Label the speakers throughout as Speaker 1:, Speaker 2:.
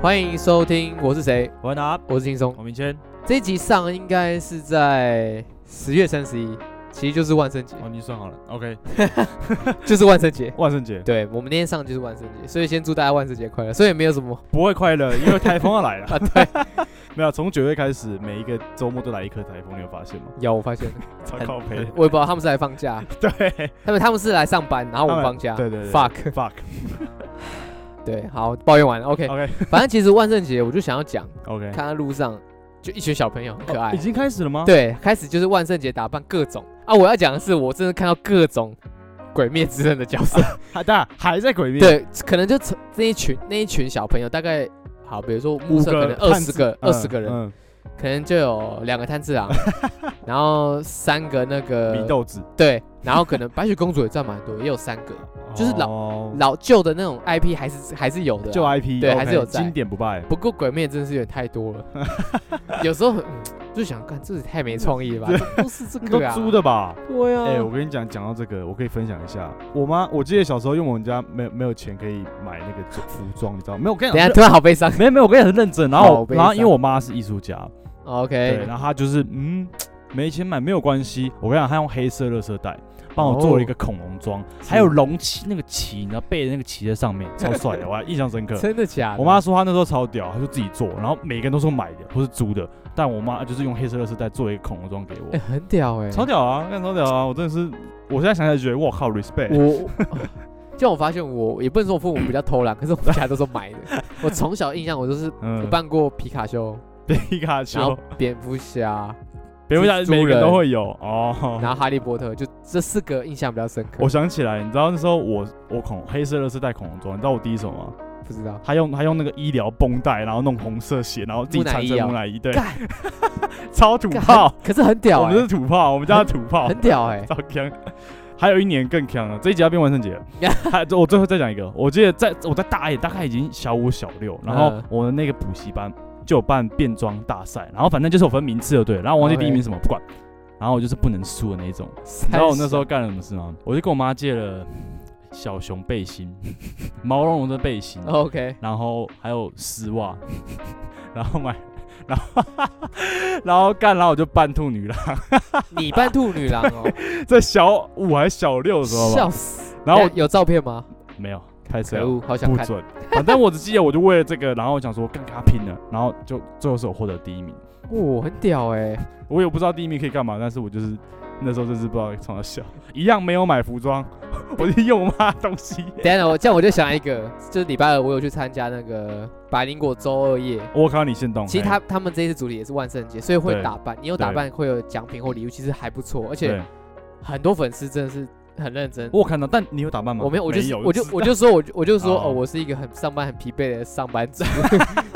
Speaker 1: 欢迎收听，我是谁？
Speaker 2: 我要拿
Speaker 1: 我是轻松。
Speaker 2: 孔明谦。
Speaker 1: 这一集上应该是在十月三十一，其实就是万圣节，
Speaker 2: 哦，你算好了，OK。
Speaker 1: 就是万圣节。
Speaker 2: 万圣节
Speaker 1: 对，我们那天上就是万圣节，所以先祝大家万圣节快乐。所以没有什么
Speaker 2: 不会快乐，因为台风要来了。
Speaker 1: 啊，对，
Speaker 2: 没有，从九月开始，每一个周末都来一颗台风，你有 发现吗？
Speaker 1: 有我发现了，
Speaker 2: 超
Speaker 1: 很
Speaker 2: 靠背的。
Speaker 1: 我也不知道他们是来放假，
Speaker 2: 对
Speaker 1: 他们他们是来上班，然后我们放假。
Speaker 2: 对对对
Speaker 1: fuck，
Speaker 2: ，fuck。
Speaker 1: 对，好，抱怨完了，OK。
Speaker 2: OK 哎
Speaker 1: 反正其实万圣节我就想要讲，
Speaker 2: OK。
Speaker 1: 看到路上就一群小朋友很可爱，
Speaker 2: 哦已经开始了吗？，
Speaker 1: 对，开始就是万圣节打扮各种啊！我要讲的是，我真的看到各种鬼灭之刃的角色，
Speaker 2: 还大还在鬼灭。，嗯
Speaker 1: 对，可能就从那一群那一群小朋友，大概好，比如说目测可能二十个二十个人，
Speaker 2: 嗯，
Speaker 1: 可能就有两个炭治 郎，然后三个那
Speaker 2: 米
Speaker 1: 个
Speaker 2: 豆子
Speaker 1: 对，然后可能白雪公主也占蛮多，也有三个，就是老
Speaker 2: 老
Speaker 1: 老旧的那种 IP 还是还是有的啊、
Speaker 2: 哦嗯旧 IP，
Speaker 1: 对
Speaker 2: OK，
Speaker 1: 还是有在
Speaker 2: 经典不败。
Speaker 1: 不过鬼灭真的是有点太多 了，有时候很就想，看这也太没创意了吧？这都 是这
Speaker 2: 都
Speaker 1: 个啊，
Speaker 2: 租的吧？
Speaker 1: 对啊，
Speaker 2: 哎，我跟你讲，讲到这个，我可以分享一下。我妈，我记得小时候，因为我们家没有没有钱可以买那个服装，你知道吗？没有，我跟你
Speaker 1: 等一下
Speaker 2: 讲，
Speaker 1: 突然好悲伤。
Speaker 2: 没有没有，我跟你讲很认真。然
Speaker 1: 好
Speaker 2: 后
Speaker 1: 悲
Speaker 2: 然后
Speaker 1: 伤
Speaker 2: 因为我妈是艺术家，对，
Speaker 1: OK，
Speaker 2: 然后他就是嗯，没钱买没有关系，我跟你讲，他用黑色垃圾袋帮我做了一个恐龙装，还有龙旗那个旗，你知道背的那个旗在上面，超 帅的，我还印象深刻。
Speaker 1: 真的假的？
Speaker 2: 我妈说她那时候超屌，她就自己做，然后每个人都说买的或是租的，但我妈就是用黑色垃圾袋做一个恐龙装给
Speaker 1: 哎
Speaker 2: 我，
Speaker 1: 很屌哎，
Speaker 2: 超屌啊，干超屌啊！我真的是，我现在想起来觉得我靠，respect，
Speaker 1: 我。这样我发现我也不能说我父母比较偷懒，可是我们家都是买的。我从小印象我就是我
Speaker 2: 嗯，
Speaker 1: 办过皮卡丘，
Speaker 2: 皮卡
Speaker 1: 然后
Speaker 2: 丘，
Speaker 1: 蝙蝠侠，
Speaker 2: 别人家
Speaker 1: 蜘蛛
Speaker 2: 每个人
Speaker 1: 人
Speaker 2: 都会有哦。
Speaker 1: 然后哈利波特，就这四个印象比较深刻。
Speaker 2: 我想起来，你知道那时候我我恐黑色垃圾袋恐龙装，你知道我第一首吗？
Speaker 1: 不知道，
Speaker 2: 他用他用那个医疗绷带，然后弄红色血，然后自己缠着木乃伊，对
Speaker 1: 啊干，
Speaker 2: 超土
Speaker 1: 干
Speaker 2: 炮，
Speaker 1: 可是很屌
Speaker 2: 我们
Speaker 1: 哎
Speaker 2: 是，土炮，我们叫他土炮，
Speaker 1: 很屌哎，
Speaker 2: 超强。还有一年更强了，这一集要变万圣节 了。还我最后再讲一个，我记得在我在大一，大概已经小五小六，然后
Speaker 1: 嗯
Speaker 2: 我的那个补习班就有办变装大赛，然后反正就是我分名次的对了，然后我忘记
Speaker 1: OK
Speaker 2: 第一名是什么不管，然后我就是不能输的那一种。
Speaker 1: 你
Speaker 2: 你知道我那时候干了什么事吗？我就跟我妈借了小熊背心， 毛茸茸的背心，
Speaker 1: OK，
Speaker 2: 然后还有丝袜， 然后买， 然后然后干，然后我就扮兔女郎，
Speaker 1: 你扮兔女郎哦，
Speaker 2: 在小五还小六的时候吧
Speaker 1: 笑，死。
Speaker 2: 然后我
Speaker 1: 等一下有照片吗？
Speaker 2: 没有拍摄
Speaker 1: 可恶，好想
Speaker 2: 不
Speaker 1: 看。
Speaker 2: 准，反正我只记得我就为了这个，然后我想说干跟他拼了，然后就最后是我获得第一名，
Speaker 1: 哇，很屌哎，
Speaker 2: 我也不知道第一名可以干嘛，但是我就是。那时候真是不知道从哪笑，一样没有买服装， 我就用我妈的东西。
Speaker 1: 等一下，我这样我就想一个，就是礼拜二我有去参加那个百灵果周二夜，
Speaker 2: 我靠，你先动。哎
Speaker 1: 其实
Speaker 2: 嘿
Speaker 1: 他他们这一次主题也是万圣节，所以会
Speaker 2: 对
Speaker 1: 打扮，你有打扮会有奖品或礼物，其实还不错，而且
Speaker 2: 对
Speaker 1: 很多粉丝真的是很认真。
Speaker 2: 我有看到，但你有打扮吗？
Speaker 1: 我没有，我就
Speaker 2: 有
Speaker 1: 我就我就说，我就我就说，
Speaker 2: 哦
Speaker 1: 哦，我是一个很上班很疲惫的上班族，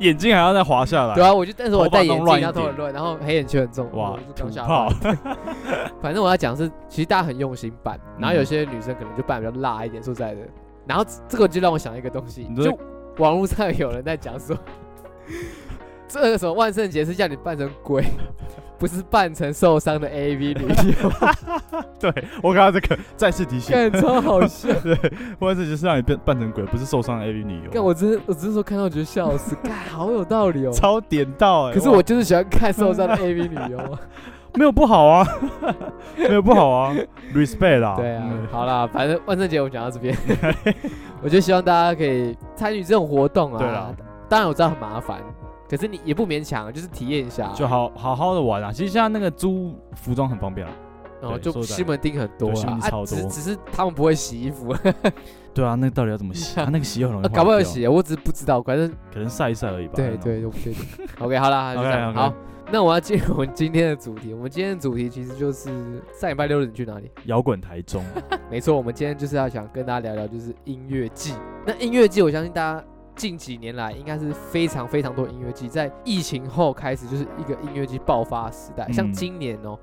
Speaker 2: 眼睛还要再滑下来。
Speaker 1: 对啊，我就但是我
Speaker 2: 头发
Speaker 1: 戴眼
Speaker 2: 弄
Speaker 1: 镜，
Speaker 2: 乱一
Speaker 1: 然后头很乱，然后黑眼圈很重，
Speaker 2: 哇
Speaker 1: 我就，
Speaker 2: 土
Speaker 1: 刚下班
Speaker 2: 炮。
Speaker 1: 反正我要讲是，其实大家很用心扮，然后
Speaker 2: 嗯
Speaker 1: 有些女生可能就扮比较辣一点，说实在的，然后这个就让我想一个东西，
Speaker 2: 你说
Speaker 1: 就网络上有人在讲说， 这个什么万圣节是叫你扮成鬼， 不是扮成受伤的 AV 女 优，
Speaker 2: 对我刚刚这个再次提醒，
Speaker 1: 看超好 笑。
Speaker 2: 或者就是让你变扮成鬼，不是受伤的 AV 女
Speaker 1: 看
Speaker 2: 优，
Speaker 1: 我真的我真的说看到觉得笑死， 看好有道理哦。
Speaker 2: 超点到 哎、
Speaker 1: 可是
Speaker 2: 哇
Speaker 1: 我就是喜欢看受 伤的 AV 女优啊。
Speaker 2: 没有不好 啊，没有不好啊，respect 啦。
Speaker 1: 对啊
Speaker 2: 嗯，
Speaker 1: 好啦，反正万圣节我们讲到这边， 我就希望大家可以参与这种活动啊。
Speaker 2: 对啦，
Speaker 1: 当然我知道很麻烦，可是你也不勉强，就是体验一下，
Speaker 2: 就好好好的玩啊。其实现在那个租服装很方便啊。
Speaker 1: 然后
Speaker 2: 对
Speaker 1: 就
Speaker 2: 说实在
Speaker 1: 西门町很多
Speaker 2: 对西
Speaker 1: 啦
Speaker 2: 门，町
Speaker 1: 啊，
Speaker 2: 超
Speaker 1: 只
Speaker 2: 多
Speaker 1: 只是他们不会洗衣 服，
Speaker 2: 对啊，那个到底要怎 么洗？啊、那个洗又啊很容易、
Speaker 1: 呃搞不好有，洗，我只是不知道，反正
Speaker 2: 可能晒一晒而已吧。
Speaker 1: 对
Speaker 2: I don't know，
Speaker 1: 对，我不确 定。OK，好啦，就这样。
Speaker 2: OK，OK
Speaker 1: 好，那我要进入我们今天的主题。我们今天的主题其实就是上礼拜六日你去哪里？
Speaker 2: 摇滚台 中，
Speaker 1: 没错，我们今天就是要想跟大家聊聊就是音乐季。那音乐季，我相信大家近几年来应该是非常非常多音乐季，在疫情后开始就是一个音乐季爆发的时代。
Speaker 2: 嗯
Speaker 1: 像今年哦，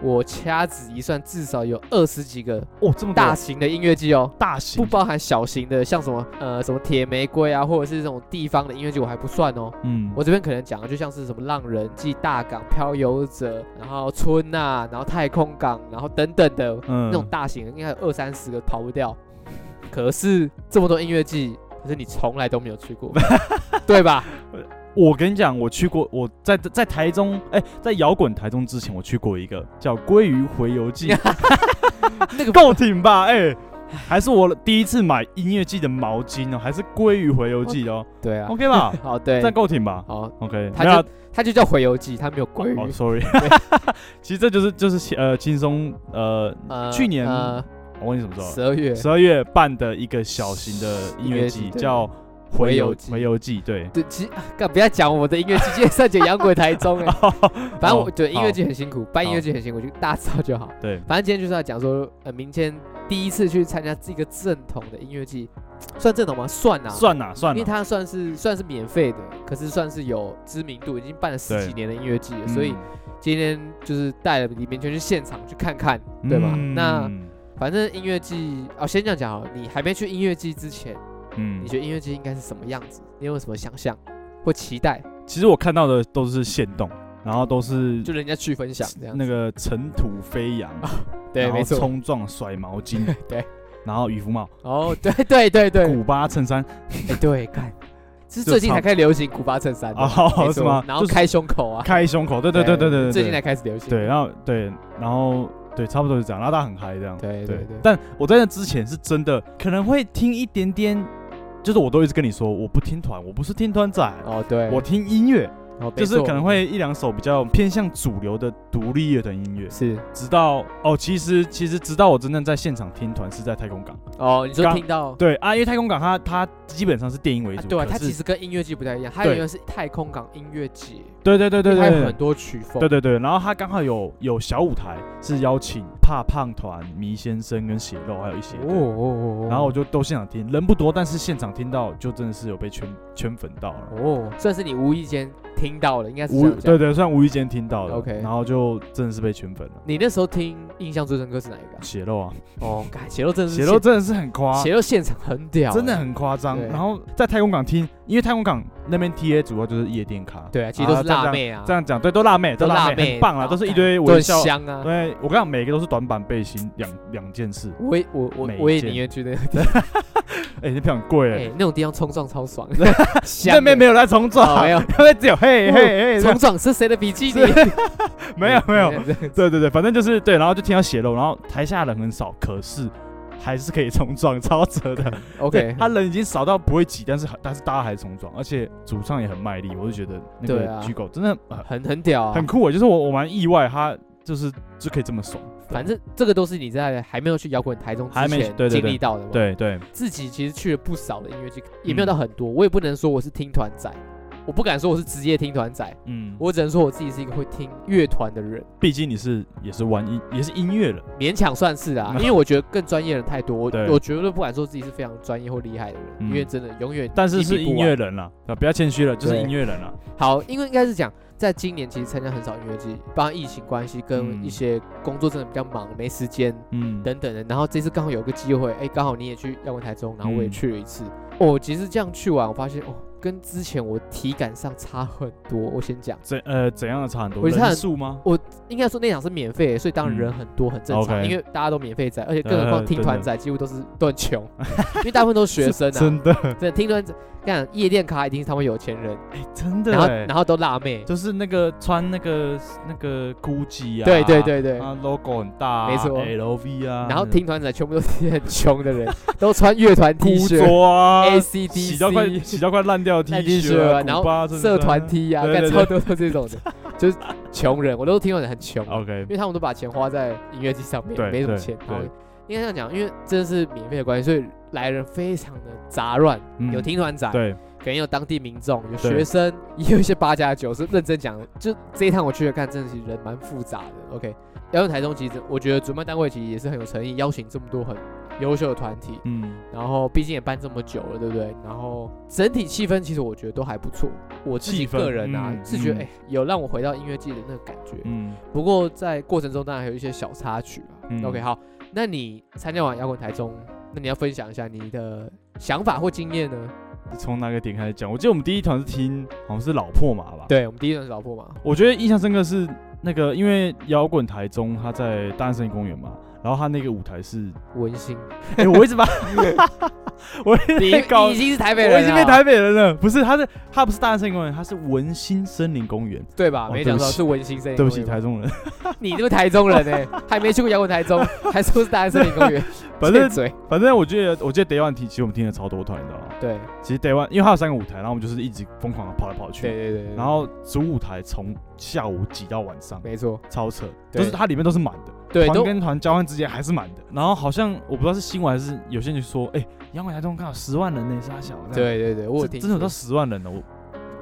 Speaker 1: 我掐指一算，至少
Speaker 2: 嗯
Speaker 1: 有二十几个
Speaker 2: 哦，这么多
Speaker 1: 大型的音乐季哦。
Speaker 2: 大型
Speaker 1: 不，包含小型的，像什么呃什么铁玫瑰啊，或者是这种地方的音乐季，我还不算哦。
Speaker 2: 嗯
Speaker 1: 我这边可能讲的就像是什么浪人记、大港漂游者，然后春呐、然后太空港，然后等等的
Speaker 2: 嗯
Speaker 1: 那种大型，应该有二三十个跑不掉。可是这么多音乐季，可是你从来都没有去 过，对吧？
Speaker 2: 我跟你讲，我去过，我在在台中，哎、在摇滚台中之前，我去过一个叫《鲑鱼回游记》，
Speaker 1: 那个
Speaker 2: 够挺吧？哎、还是我第一次买音乐季的毛巾哦，还是《鲑鱼回游记》哦
Speaker 1: 对啊，
Speaker 2: ，OK 吧？
Speaker 1: 好对
Speaker 2: 这，样够挺吧
Speaker 1: 好，
Speaker 2: ？OK，
Speaker 1: 它
Speaker 2: 没有啊
Speaker 1: 就它就叫回游记，它没有鲑
Speaker 2: 哦
Speaker 1: 鱼。
Speaker 2: ，sorry，其 实这就是就是呃轻松呃，
Speaker 1: 呃
Speaker 2: 去年
Speaker 1: 呃
Speaker 2: 我问你什么时候？
Speaker 1: 十二月，
Speaker 2: 十二月办的一个小型的音乐
Speaker 1: 音
Speaker 2: 季，
Speaker 1: 乐季对
Speaker 2: 叫《
Speaker 1: 回
Speaker 2: 回游
Speaker 1: 游记
Speaker 2: 回游记》。对，
Speaker 1: 对，其实啊干不要讲我的音乐季，今天在讲摇滚台 中
Speaker 2: 哦
Speaker 1: 哎，反正我对音乐季很辛苦，办音乐季很辛苦，就大家知道就好。
Speaker 2: 对，
Speaker 1: 反正今天就是要讲说，呃，明天第一次去参加这个正统的音乐季，算正统吗？算啊，
Speaker 2: 算啦算
Speaker 1: 因为
Speaker 2: 啦，
Speaker 1: 它算是算是免费的，可是算是有知名度，已经办了十几
Speaker 2: 对
Speaker 1: 年的音乐季了，
Speaker 2: 嗯
Speaker 1: 所以今天就是带了李明全去现场去看看，对吧？
Speaker 2: 嗯
Speaker 1: 那反正音乐季哦，先这样讲好了，你还没去音乐季之前，
Speaker 2: 嗯
Speaker 1: 你觉得音乐季应该是什么样子？你有没有什么想象或期待？
Speaker 2: 其实我看到的都是现动，然后都是
Speaker 1: 就人家去分享这样子，
Speaker 2: 那个尘土飞扬，
Speaker 1: 对，
Speaker 2: 然
Speaker 1: 没
Speaker 2: 后
Speaker 1: 错，，
Speaker 2: 冲撞甩毛巾
Speaker 1: 对，
Speaker 2: 然后渔夫帽、
Speaker 1: 哦，对对对对，
Speaker 2: 古巴衬衫
Speaker 1: 哎对，看，这是
Speaker 2: 就
Speaker 1: 最近才
Speaker 2: 差不
Speaker 1: 开始流行古巴衬衫的没
Speaker 2: 哦，是
Speaker 1: 错
Speaker 2: 吗？
Speaker 1: 然后
Speaker 2: 就是
Speaker 1: 开胸口啊，
Speaker 2: 开胸口，对对对对对，对
Speaker 1: 最近才开始流行，
Speaker 2: 对，然后对，然后对，差不多是这样，然后大家很嗨这样。
Speaker 1: 对对对
Speaker 2: 但我在那之前是真的可能会听一点点，就是我都一直跟你说，我不听团，我不是听团仔，
Speaker 1: 哦对，
Speaker 2: 我听音乐，
Speaker 1: 哦没
Speaker 2: 就是
Speaker 1: 错
Speaker 2: 可能会一两首比较偏向主流的独立乐的音乐。
Speaker 1: 是
Speaker 2: 直到哦，其实其实直到我真正在现场听团是在太空港。
Speaker 1: 哦，你说
Speaker 2: 刚
Speaker 1: 听到
Speaker 2: 对啊，因为太空港它它基本上是电音为
Speaker 1: 啊
Speaker 2: 主，
Speaker 1: 对啊，
Speaker 2: 可
Speaker 1: 它
Speaker 2: 是
Speaker 1: 其实跟音乐季不太一样，它
Speaker 2: 对
Speaker 1: 原来是太空港音乐节，
Speaker 2: 对对对对
Speaker 1: 因为
Speaker 2: 对
Speaker 1: 它有很
Speaker 2: 对。
Speaker 1: 多曲风，
Speaker 2: 对对对，然后它刚好有有小舞台，是邀请怕胖团、迷先生跟血肉，还有一些
Speaker 1: 哦哦哦哦，
Speaker 2: 然后我就都现场听，人不多，但是现场听到就真的是有被圈圈粉到了。
Speaker 1: 哦，算是你无意间听到了，应该是这
Speaker 2: 无
Speaker 1: 样讲
Speaker 2: 对。对，算无意间听到的
Speaker 1: OK
Speaker 2: 然后就真的是被圈粉了。
Speaker 1: 你那时候听印象最深刻是哪一个啊？
Speaker 2: 血肉啊，
Speaker 1: 哦，看血肉真的是
Speaker 2: 血肉真的是很夸，
Speaker 1: 血肉现场很屌欸，
Speaker 2: 真的很夸张。
Speaker 1: 对
Speaker 2: 然后在太空港听，因为太空港那边 TA 主要就是夜店咖，
Speaker 1: 对啊，其实都是
Speaker 2: 啊这样
Speaker 1: 辣妹啊，
Speaker 2: 这样讲对，都辣妹，
Speaker 1: 都
Speaker 2: 辣
Speaker 1: 辣妹，
Speaker 2: 很棒啊，
Speaker 1: 然后
Speaker 2: 都是一
Speaker 1: 干
Speaker 2: 堆
Speaker 1: 都
Speaker 2: 微
Speaker 1: 很
Speaker 2: 笑。
Speaker 1: 香啊。
Speaker 2: 对我跟你讲，每个都是短版背心，两两件事。
Speaker 1: 我也我我
Speaker 2: 每一
Speaker 1: 我也
Speaker 2: 件
Speaker 1: 宁愿去那个
Speaker 2: 哎，那票很贵
Speaker 1: 哎
Speaker 2: 哎，
Speaker 1: 那种地方冲撞超 爽，香
Speaker 2: 那边没
Speaker 1: 有
Speaker 2: 有来重
Speaker 1: 哦
Speaker 2: 撞，
Speaker 1: 没有哦
Speaker 2: 那边只有嘿嘿嘿，这
Speaker 1: 冲
Speaker 2: 样
Speaker 1: 撞是谁的笔记？
Speaker 2: 是 没有 没有，
Speaker 1: 有，
Speaker 2: 对对对，反正就是对，然后就听到血肉，然后台下人很少，可是还是可以冲撞，超扯的。对
Speaker 1: OK，
Speaker 2: 他人已经少到不会挤，但是但是大家还是冲撞，而且主唱也很卖力，我就觉得那
Speaker 1: 对啊
Speaker 2: 个巨狗真的、呃
Speaker 1: 很很屌啊
Speaker 2: 很，酷诶，就是我我蛮意外，他就是就可以这么爽。
Speaker 1: 反正这个都是你在还没有去摇滚台中之
Speaker 2: 还没
Speaker 1: 前
Speaker 2: 对对
Speaker 1: 经
Speaker 2: 对
Speaker 1: 历到的嘛。，
Speaker 2: 对对，
Speaker 1: 自己其实去了不少的音乐剧，也没有到很多，我也不能说我是听团仔，我不敢说我是职业听团仔，
Speaker 2: 嗯，我
Speaker 1: 我只能说我自己是一个会听乐团的人，
Speaker 2: 毕竟你是也是玩音也是音乐人，
Speaker 1: 勉强算是 啊，
Speaker 2: 嗯
Speaker 1: 因为我觉得更专业的人太多，我
Speaker 2: 对
Speaker 1: 我绝对不敢说自己是非常专业或厉害的人，
Speaker 2: 嗯
Speaker 1: 因为真的永远
Speaker 2: 但是是
Speaker 1: 进步
Speaker 2: 音
Speaker 1: 不完
Speaker 2: 乐人啦，啊，不要谦虚了，就是
Speaker 1: 对
Speaker 2: 音乐人啦。
Speaker 1: 好，因为应该是讲，在今年其实参加很少音乐季，包括疫情关系跟
Speaker 2: 嗯
Speaker 1: 一些工作真的比较忙，没时间
Speaker 2: 嗯，
Speaker 1: 等等的。然后这次刚好有个机会，哎、刚好你也去摇滚台中，然后我也
Speaker 2: 嗯
Speaker 1: 去了一次。哦，其实这样去完，我发现哦，跟之前我体感上差很多。我先讲，
Speaker 2: 怎呃怎样的差很多？
Speaker 1: 我觉得他
Speaker 2: 人
Speaker 1: 很
Speaker 2: 数吗？
Speaker 1: 应该说那场是免费的，所以当然人
Speaker 2: 嗯
Speaker 1: 很多，很正常，
Speaker 2: OK 呃
Speaker 1: 因为大家都免费在，而且更何况
Speaker 2: 对
Speaker 1: 听
Speaker 2: 对
Speaker 1: 团
Speaker 2: 对
Speaker 1: 仔几乎都是都很穷， 因为大部分都是学生啊。
Speaker 2: 真的
Speaker 1: 真的听团仔，看夜店咖一定是他们有钱人，
Speaker 2: 真的
Speaker 1: 哎然后
Speaker 2: 欸
Speaker 1: 然后都辣妹，
Speaker 2: 就是那个穿那个那个 GUCCI 啊，
Speaker 1: 对对对对。
Speaker 2: 啊，logo 很大、啊，
Speaker 1: 没错
Speaker 2: ，LV 啊，
Speaker 1: 然后听团仔全部都是很穷的人，都穿乐 团 T
Speaker 2: 古
Speaker 1: 恤、哎
Speaker 2: 着啊
Speaker 1: ACDC
Speaker 2: 洗到 快洗到快烂掉的
Speaker 1: 烂
Speaker 2: T
Speaker 1: T 恤啊
Speaker 2: 啊，
Speaker 1: 然后
Speaker 2: 古巴衬衫
Speaker 1: 社团 T 啊，
Speaker 2: 对
Speaker 1: 干
Speaker 2: 对
Speaker 1: 超多都这种的，就是穷人，我都听团仔很穷，
Speaker 2: ，OK，
Speaker 1: 因为他们都把钱花在音乐季上面，
Speaker 2: 对
Speaker 1: 没什么
Speaker 2: 对
Speaker 1: 钱。
Speaker 2: 对
Speaker 1: 然后应该这样讲，因为真的是免费的关系，所以来人非常的杂乱，
Speaker 2: 嗯
Speaker 1: 有听啊团仔，
Speaker 2: 对，
Speaker 1: 可能有当地民众，有
Speaker 2: 对
Speaker 1: 学生，也有一些八加九。是认真讲，就这一趟我去了看，真的是人蛮复杂的。OK，邀请台中其实我觉得主办单位其实也是很有诚意，邀请这么多很优秀的团体，
Speaker 2: 嗯，
Speaker 1: 然后毕竟也办这么久了，对不对？然后整体气氛其实我觉得都还不错，我自己
Speaker 2: 气氛
Speaker 1: 个人啊
Speaker 2: 嗯
Speaker 1: 是觉得哎、
Speaker 2: 嗯
Speaker 1: 有让我回到音乐季的那个感觉。
Speaker 2: 嗯，
Speaker 1: 不过在过程中当然还有一些小插曲啊。
Speaker 2: 嗯
Speaker 1: OK，好，那你参加完摇滚台中，那你要分享一下你的想法或经验呢？
Speaker 2: 你从哪个点开始讲？我记得我们第一团是听好像是老破马吧，，
Speaker 1: 对我们第一轮是老婆嘛，
Speaker 2: 我觉得印象深刻是那个，因为摇滚台中它在大安森林公园嘛，然后他那个舞台是，
Speaker 1: 文 心，
Speaker 2: 哎、我一直把，我一直
Speaker 1: 你
Speaker 2: 被搞
Speaker 1: 你已经是台北人啊了，
Speaker 2: 我已经被台北人了，不是，他是他不是大安森林公园，他是文心森林公园。
Speaker 1: 对吧？
Speaker 2: 哦
Speaker 1: 没讲
Speaker 2: 对
Speaker 1: 到
Speaker 2: 不起
Speaker 1: 是文心森林
Speaker 2: 对
Speaker 1: 公
Speaker 2: 不
Speaker 1: 园，
Speaker 2: 起，台中人，
Speaker 1: 你这个台中人 呢，还没去过摇滚台中，还说是大安森林公园，
Speaker 2: 反正
Speaker 1: 欠嘴
Speaker 2: 反正我记得我记得 Day One 其实我们听了超多团，你知道吗？
Speaker 1: 对
Speaker 2: 其实 Day One 因为它有三个舞台，然后我们就是一直疯狂的跑来跑
Speaker 1: 对
Speaker 2: 去，
Speaker 1: 对对对，
Speaker 2: 然后主舞台从下午挤到晚上，
Speaker 1: 没错，
Speaker 2: 超扯，
Speaker 1: 对
Speaker 2: 就是它里面都是满的。
Speaker 1: 对
Speaker 2: 团
Speaker 1: 都
Speaker 2: 跟团交换之间还是满的，然后好像我不知道是新闻还是有些人就说，哎、阳光台中刚好十万人呢，是他小的，
Speaker 1: 对对对，我有
Speaker 2: 嗯这
Speaker 1: 听
Speaker 2: 真的有到
Speaker 1: 说
Speaker 2: 十万人哦，我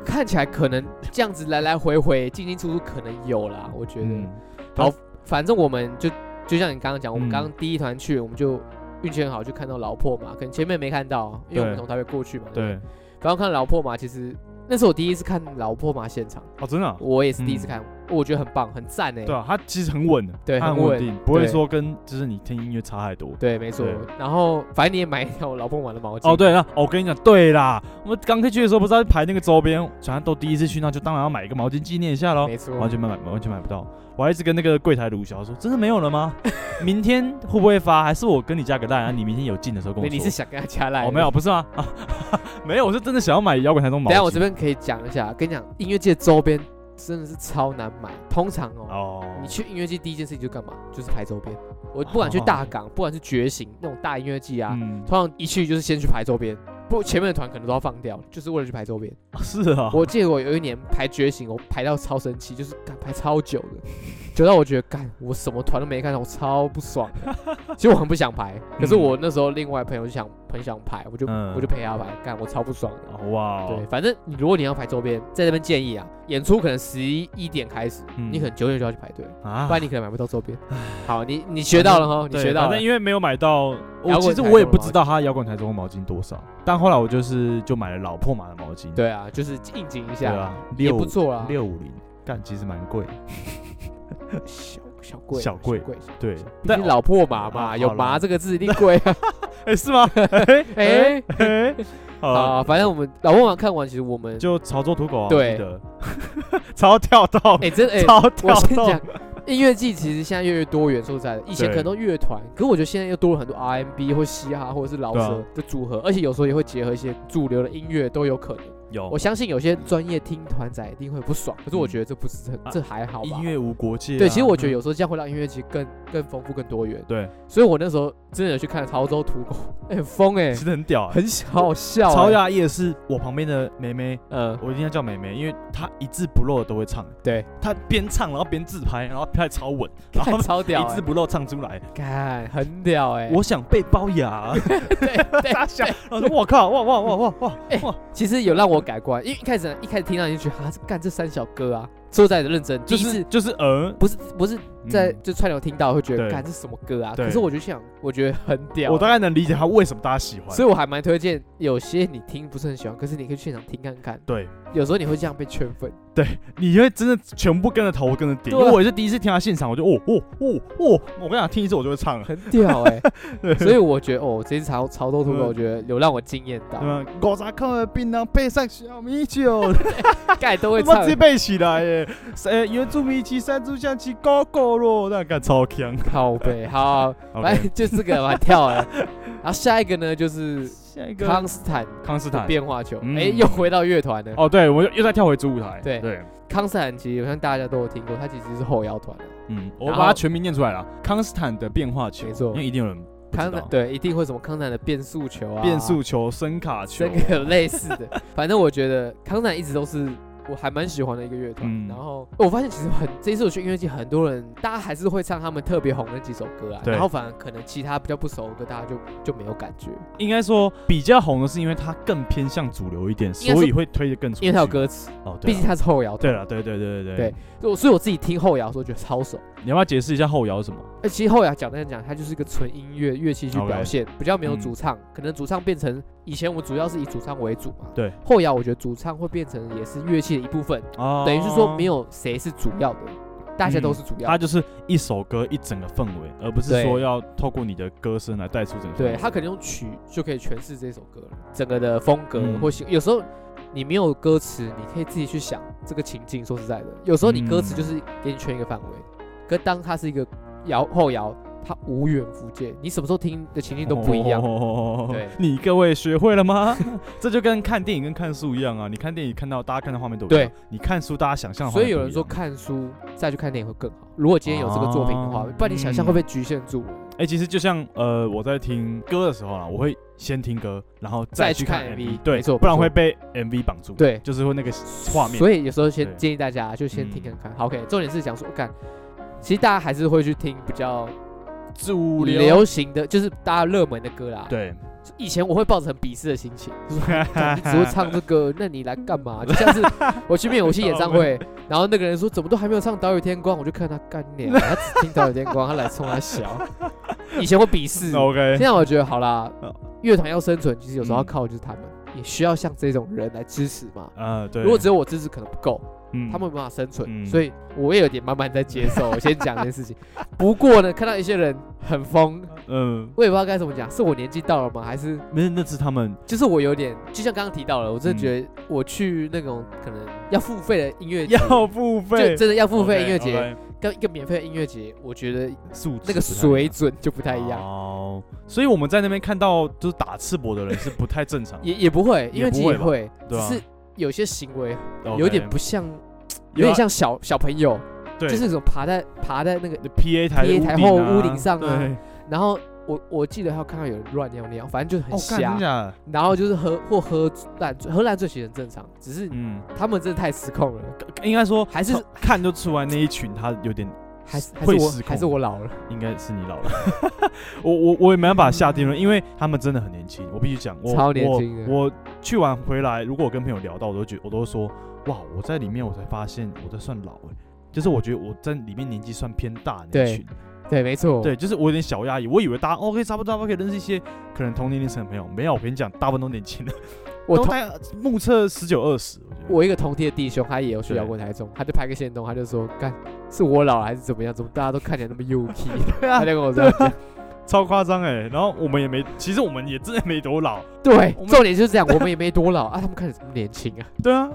Speaker 1: 看起来可能这样子来来回回进进出出可能有啦，我觉得。
Speaker 2: 嗯，
Speaker 1: 反正我们就就像你刚刚讲，我们
Speaker 2: 嗯
Speaker 1: 刚刚第一团去，我们就运气很好，就看到老破马，可能前面没看到，因为我们从台北过去嘛。不。
Speaker 2: 对，
Speaker 1: 然后看到老破马，其实那是我第一次看老破马现场，
Speaker 2: 哦，真的啊、
Speaker 1: 我也是第一次看，我觉得很棒，很赞哎。
Speaker 2: 对啊，它其实很稳的，
Speaker 1: 对
Speaker 2: 它很
Speaker 1: 很稳
Speaker 2: 稳定，不会
Speaker 1: 对
Speaker 2: 说跟就是你听音乐差太多。
Speaker 1: 对，没错
Speaker 2: 对。
Speaker 1: 然后反正你也买一条老破马的毛巾。
Speaker 2: 哦，对，那哦我跟你讲，对啦，我们刚开去的时候不是要排那个周边，反正都第一次去，那就当然要买一个毛巾纪念一下喽。
Speaker 1: 没错。
Speaker 2: 完全买买完全买不到，我还一直跟那个柜台卢小说，真的没有了吗？ 明天会不会发？还是我跟你加个蛋啊？你明天有进的时候跟我
Speaker 1: 对
Speaker 2: 说。
Speaker 1: 你是想跟他加赖？
Speaker 2: 哦，没有，。不是吗？ 啊没有，我是真的想要买摇滚台中毛
Speaker 1: 等一
Speaker 2: 巾。
Speaker 1: 下我这边可以讲一下，跟你讲，音乐界周边真的是超难买，通常哦
Speaker 2: 哦，
Speaker 1: 你去音乐季第一件事情就干嘛？就是排周边。我不管去大港，不管是觉醒那种大音乐季啊，
Speaker 2: 嗯，
Speaker 1: 通常一去就是先去排周边。不，前面的团可能都要放掉，就是为了去排周边。
Speaker 2: 啊 是啊，
Speaker 1: 我记得我有一年排觉醒，我排到超生气，就是干排超久的，久到我觉得干我什么团都没看到，我超不 爽的。其实我很不想排，可是
Speaker 2: 嗯
Speaker 1: 我那时候另外朋友就想很想排，我就、
Speaker 2: 嗯
Speaker 1: 我就陪他排，干我超不爽的。
Speaker 2: 哦哇哦，
Speaker 1: 对，反正你如果你要排周边，在这边建议啊，演出可能十一点开始，
Speaker 2: 嗯
Speaker 1: 你可能九点就要去排队。
Speaker 2: 啊
Speaker 1: 不然你可能买不到周边。好，你你学到了哈，你
Speaker 2: 对
Speaker 1: 学到
Speaker 2: 反
Speaker 1: 了
Speaker 2: 正。因为没有买到，
Speaker 1: 摇
Speaker 2: 我
Speaker 1: 滚
Speaker 2: 其实
Speaker 1: 台中
Speaker 2: 我也
Speaker 1: 的
Speaker 2: 不
Speaker 1: 毛
Speaker 2: 知道它摇滚台中的毛巾多少，但后来我就是就买了老破马的毛巾，
Speaker 1: 对啊，就是应景一
Speaker 2: 对
Speaker 1: 下，
Speaker 2: 啊，
Speaker 1: 也
Speaker 2: 六
Speaker 1: 不错啦。
Speaker 2: 六五零，但其实蛮贵，
Speaker 1: 小小贵啊，
Speaker 2: 小贵
Speaker 1: 贵，
Speaker 2: 对
Speaker 1: 小，
Speaker 2: 但
Speaker 1: 毕竟老破马
Speaker 2: 啊好
Speaker 1: 嘛，
Speaker 2: 啦
Speaker 1: 有麻这个字一定贵 啊。
Speaker 2: 哎是吗？ 哎
Speaker 1: 哎，
Speaker 2: 哎，
Speaker 1: 啊，
Speaker 2: 好，
Speaker 1: 反正我们老破马看完，其实我们
Speaker 2: 就潮州土狗啊，
Speaker 1: 对
Speaker 2: 我记得，超跳到，
Speaker 1: 哎真哎，
Speaker 2: 超
Speaker 1: 我
Speaker 2: 跳
Speaker 1: 先
Speaker 2: 到
Speaker 1: 讲，。音乐季其实现在越来越多元，说实在的，以前可
Speaker 2: 对
Speaker 1: 能都乐团，可是我觉得现在又多了很多 RMB 或嘻哈或者是饶
Speaker 2: 对
Speaker 1: 舌
Speaker 2: 啊
Speaker 1: 的组合，而且有时候也会结合一些主流的音乐都有可能。
Speaker 2: 有
Speaker 1: 我相信有些专业听团仔一定会不爽，可是我
Speaker 2: 嗯
Speaker 1: 觉得这不是很
Speaker 2: 啊
Speaker 1: 这还好吧？
Speaker 2: 音乐无国界啊，
Speaker 1: 对，其实我觉得
Speaker 2: 嗯
Speaker 1: 有时候这样会让音乐节更更丰富、更多元。
Speaker 2: 对，
Speaker 1: 所以我那时候真的有去看潮州土狗，哎很疯哎
Speaker 2: 其，实很屌啊，
Speaker 1: 很好笑，哎
Speaker 2: 超。讶异的是，我旁边的妹妹，
Speaker 1: 嗯，
Speaker 2: 我一定要叫妹妹，因为她一字不漏的都会唱。
Speaker 1: 对，
Speaker 2: 她边唱然后边自拍，然后拍得超稳，然后
Speaker 1: 看超屌
Speaker 2: 一
Speaker 1: 欸
Speaker 2: 字，不漏唱出来。
Speaker 1: 看很屌哎。
Speaker 2: 我想被包养，
Speaker 1: 对对，
Speaker 2: 大笑。我说我靠，哇哇哇哇哇
Speaker 1: 哎
Speaker 2: 哇！
Speaker 1: 其实有让我改观，因为一开始一开始听到你就觉得啊，这干这三小歌啊，说实在的认真，第
Speaker 2: 就
Speaker 1: 一次
Speaker 2: 是就是呃，
Speaker 1: 不是不是在
Speaker 2: 嗯
Speaker 1: 就串流听到会觉得
Speaker 2: 对
Speaker 1: 干这什么歌啊，
Speaker 2: 对
Speaker 1: 可是我就想，我觉得很屌
Speaker 2: 我大
Speaker 1: 欸。
Speaker 2: 概能理解她为什么大家喜欢
Speaker 1: 所。以我还蛮推荐，有些你听不是很喜欢，可是你可以去现场听看看，
Speaker 2: 对，
Speaker 1: 有时候你会这样被圈粉。
Speaker 2: 你会真的全部跟着头跟着
Speaker 1: 对
Speaker 2: 点，
Speaker 1: 啊
Speaker 2: 因为我也是第一次听她现场，我就哦哦哦哦，我跟你讲，听一次我就 会唱了。
Speaker 1: 很屌哎、
Speaker 2: 对啊
Speaker 1: 所以我觉得哦，这次潮潮州土狗，
Speaker 2: 嗯
Speaker 1: 我觉得有让我惊艳到，
Speaker 2: 嗯，五十块的槟榔配上小米酒，
Speaker 1: 盖都
Speaker 2: 我
Speaker 1: 会
Speaker 2: 妈
Speaker 1: 唱
Speaker 2: 直。接背起来耶！ 呃，原住民骑山猪象骑狗狗咯，那个超强。
Speaker 1: 靠 背，好，反
Speaker 2: OK，
Speaker 1: 正就这个嘛，跳了。然后下一个呢，就是
Speaker 2: 下一个
Speaker 1: 康斯坦
Speaker 2: 康斯
Speaker 1: 的
Speaker 2: 坦。
Speaker 1: 变化球，哎、
Speaker 2: 嗯
Speaker 1: 又回到乐团了。
Speaker 2: 哦，对，我又又再跳回主舞台。嗯
Speaker 1: 对
Speaker 2: 对，
Speaker 1: 康斯坦其实好像大家都有听过，他其实是后摇团的，啊
Speaker 2: 嗯，我
Speaker 1: 然后
Speaker 2: 把它全名念出来了。康斯坦的变化球，
Speaker 1: 没错啊
Speaker 2: 因为一定有人不知
Speaker 1: 康斯
Speaker 2: 道
Speaker 1: 坦。对，一定会什么康斯坦的变速球啊，
Speaker 2: 变速球、声卡球
Speaker 1: 这，个有类似的。 反正我觉得康斯坦一直都是。我还蛮喜欢的一个乐团，
Speaker 2: 嗯
Speaker 1: 然后哦我发现其实很这一次我去音乐季，很多人大家还是会唱他们特别红的那几首歌啊，
Speaker 2: 对
Speaker 1: 然后反而可能其他比较不熟的歌，大家就就没有感觉，
Speaker 2: 应该说比较红的是因为它更偏向主流一点，
Speaker 1: 应该说
Speaker 2: 所以会推得更出去。
Speaker 1: 因为它有歌词，
Speaker 2: 哦，对
Speaker 1: 毕
Speaker 2: 啦
Speaker 1: 竟它是后摇
Speaker 2: 对
Speaker 1: 团。
Speaker 2: 了，对对对对
Speaker 1: 对所以我所以我自己听后摇的时候觉得超熟。
Speaker 2: 你要不要解释一下后摇是什么？
Speaker 1: 哎，其实后摇讲真的讲，它就是一个纯音乐乐器去
Speaker 2: OK
Speaker 1: 表现，比较没有
Speaker 2: 嗯
Speaker 1: 主唱，可能主唱变成以前我主要是以主唱为主嘛。
Speaker 2: 对。
Speaker 1: 后摇我觉得主唱会变成也是乐器的一部分，
Speaker 2: 哦嗯
Speaker 1: 等于是说没有谁是主要的，大家都是主要
Speaker 2: 它
Speaker 1: 的。
Speaker 2: 就是一首歌一整个氛围，而不是
Speaker 1: 对
Speaker 2: 说要透过你的歌声来带出整个氛围。
Speaker 1: 对他可能用曲就可以诠释这首歌了，整个的风格
Speaker 2: 嗯
Speaker 1: 或形有时候你没有歌词，你可以自己去想这个情境。说实在的，有时候你歌词
Speaker 2: 嗯
Speaker 1: 就是给你圈一个范围，可当它是一个摇后摇，它无远弗届，你什么时候听的情境都不一样。
Speaker 2: 哦
Speaker 1: 对
Speaker 2: 你各位学会了吗？ 这就跟看电影跟看书一样啊！你看电影看到大家看到画面都一样
Speaker 1: 对，
Speaker 2: 你看书大家想象的画
Speaker 1: 所
Speaker 2: 面
Speaker 1: 以有
Speaker 2: 不
Speaker 1: 人
Speaker 2: 一
Speaker 1: 说
Speaker 2: 样，
Speaker 1: 看书再去看电影会更好。如果今天有这个作品的话，
Speaker 2: 哦
Speaker 1: 不然你想象会被局限住了。
Speaker 2: 哎、其实就像呃，我在听歌的时候啊，我会先听歌，然后
Speaker 1: 再
Speaker 2: 去
Speaker 1: 去
Speaker 2: 看
Speaker 1: 看 MV
Speaker 2: 对
Speaker 1: 没，错
Speaker 2: 不然
Speaker 1: 没错
Speaker 2: 会被 MV 绑住，，
Speaker 1: 对，
Speaker 2: 就是会那个画面。
Speaker 1: 所以有时候先
Speaker 2: 对
Speaker 1: 建议大家就先听
Speaker 2: 嗯
Speaker 1: 看看。好 OK，重点是想说，干，其实大家还是会去听比较
Speaker 2: 主
Speaker 1: 流行的，就是大家热门的歌啦。，
Speaker 2: 对，
Speaker 1: 以前我会抱着很鄙视的心情，就是 说干你只会唱这个，那你来干嘛？就像是我去灭 火器演唱会，然后那个人说怎么都还没有唱《岛屿天光》，我就看他干脸， 他只听《岛屿天光》，他来冲他笑。以前会鄙视，
Speaker 2: OK，
Speaker 1: 现在我觉得好啦
Speaker 2: 嗯，
Speaker 1: 乐团要生存，其实有时候要
Speaker 2: 哦嗯
Speaker 1: 靠就是他们，也需要像这种人来支持嘛。
Speaker 2: 呃，对，
Speaker 1: 如果只有我支持可能不够，
Speaker 2: 嗯
Speaker 1: 他们没办法生存，
Speaker 2: 嗯
Speaker 1: 所以我也有点慢慢在接受。我先讲这件事情。 不过呢，看到一些人很疯，
Speaker 2: 嗯，
Speaker 1: 我也不知道该怎么讲，是我年纪到了吗？还是
Speaker 2: 没有，那是他们
Speaker 1: 就是我有点，就像刚刚提到了，我真的觉得我去那种可能要付费的音乐节，
Speaker 2: 要付费
Speaker 1: 就，真的要付费的音乐节
Speaker 2: OK，OK，
Speaker 1: 跟一个免费的音乐节，我觉得
Speaker 2: 素质
Speaker 1: 那个水准就不太一样。
Speaker 2: 哦，所以我们在那边看到就是打赤膊的人是不太正常的，
Speaker 1: 也也不会，音乐节也
Speaker 2: 也不
Speaker 1: 会，只
Speaker 2: 对啊
Speaker 1: 是有些行为
Speaker 2: OK
Speaker 1: 有点不像，有
Speaker 2: 有啊
Speaker 1: 点像小小朋友，
Speaker 2: 对，
Speaker 1: 就是那种爬在爬在那个，
Speaker 2: 你 PA 台
Speaker 1: PA
Speaker 2: 的
Speaker 1: 台
Speaker 2: 顶
Speaker 1: 后
Speaker 2: 啊
Speaker 1: 屋顶上啊
Speaker 2: 对，
Speaker 1: 然后我我记得还有看到有人乱尿尿，反正就很
Speaker 2: 哦，干
Speaker 1: 瞎
Speaker 2: 真，假的？
Speaker 1: 然后就是喝或喝烂醉，喝烂醉其实很正常，只是
Speaker 2: 嗯，
Speaker 1: 他们真的太失控了，
Speaker 2: 应该说
Speaker 1: 还是
Speaker 2: 看看就出来那一群，他有点
Speaker 1: 还是还是
Speaker 2: 会
Speaker 1: 我
Speaker 2: 失控
Speaker 1: 还是我老了，
Speaker 2: 应该是你老了， 我我我也没办法下定论，因为他们真的很年轻，我必须讲，我
Speaker 1: 超年轻的
Speaker 2: 我我去完回来，如果我跟朋友聊到，我都觉我都说，哇，我在里面我才发现我在算老哎、就是我觉得我在里面年纪算偏大的那一
Speaker 1: 对
Speaker 2: 群，
Speaker 1: 对，没错，
Speaker 2: 对，就是我有点小压抑，我以为大家 OK 差不多，差不多可以认识一些可能同年龄层的朋友，没有，我跟你讲，大部分都年轻的，
Speaker 1: 我
Speaker 2: 都
Speaker 1: 同
Speaker 2: 在目测十九二十，我觉得
Speaker 1: 我一个同梯的弟兄，他也有去聊过台中，他就拍个线动，他就说干是我老了还是怎么样，怎么大家都看起来那么幼 气，
Speaker 2: 对啊
Speaker 1: 他就跟我这样讲。
Speaker 2: 超夸张哎，然后我们也没，其实我们也真的没多老，
Speaker 1: 对
Speaker 2: 我，们
Speaker 1: 重点就是这样，我们也没多老啊，他们看着这么年轻 啊，
Speaker 2: 对啊，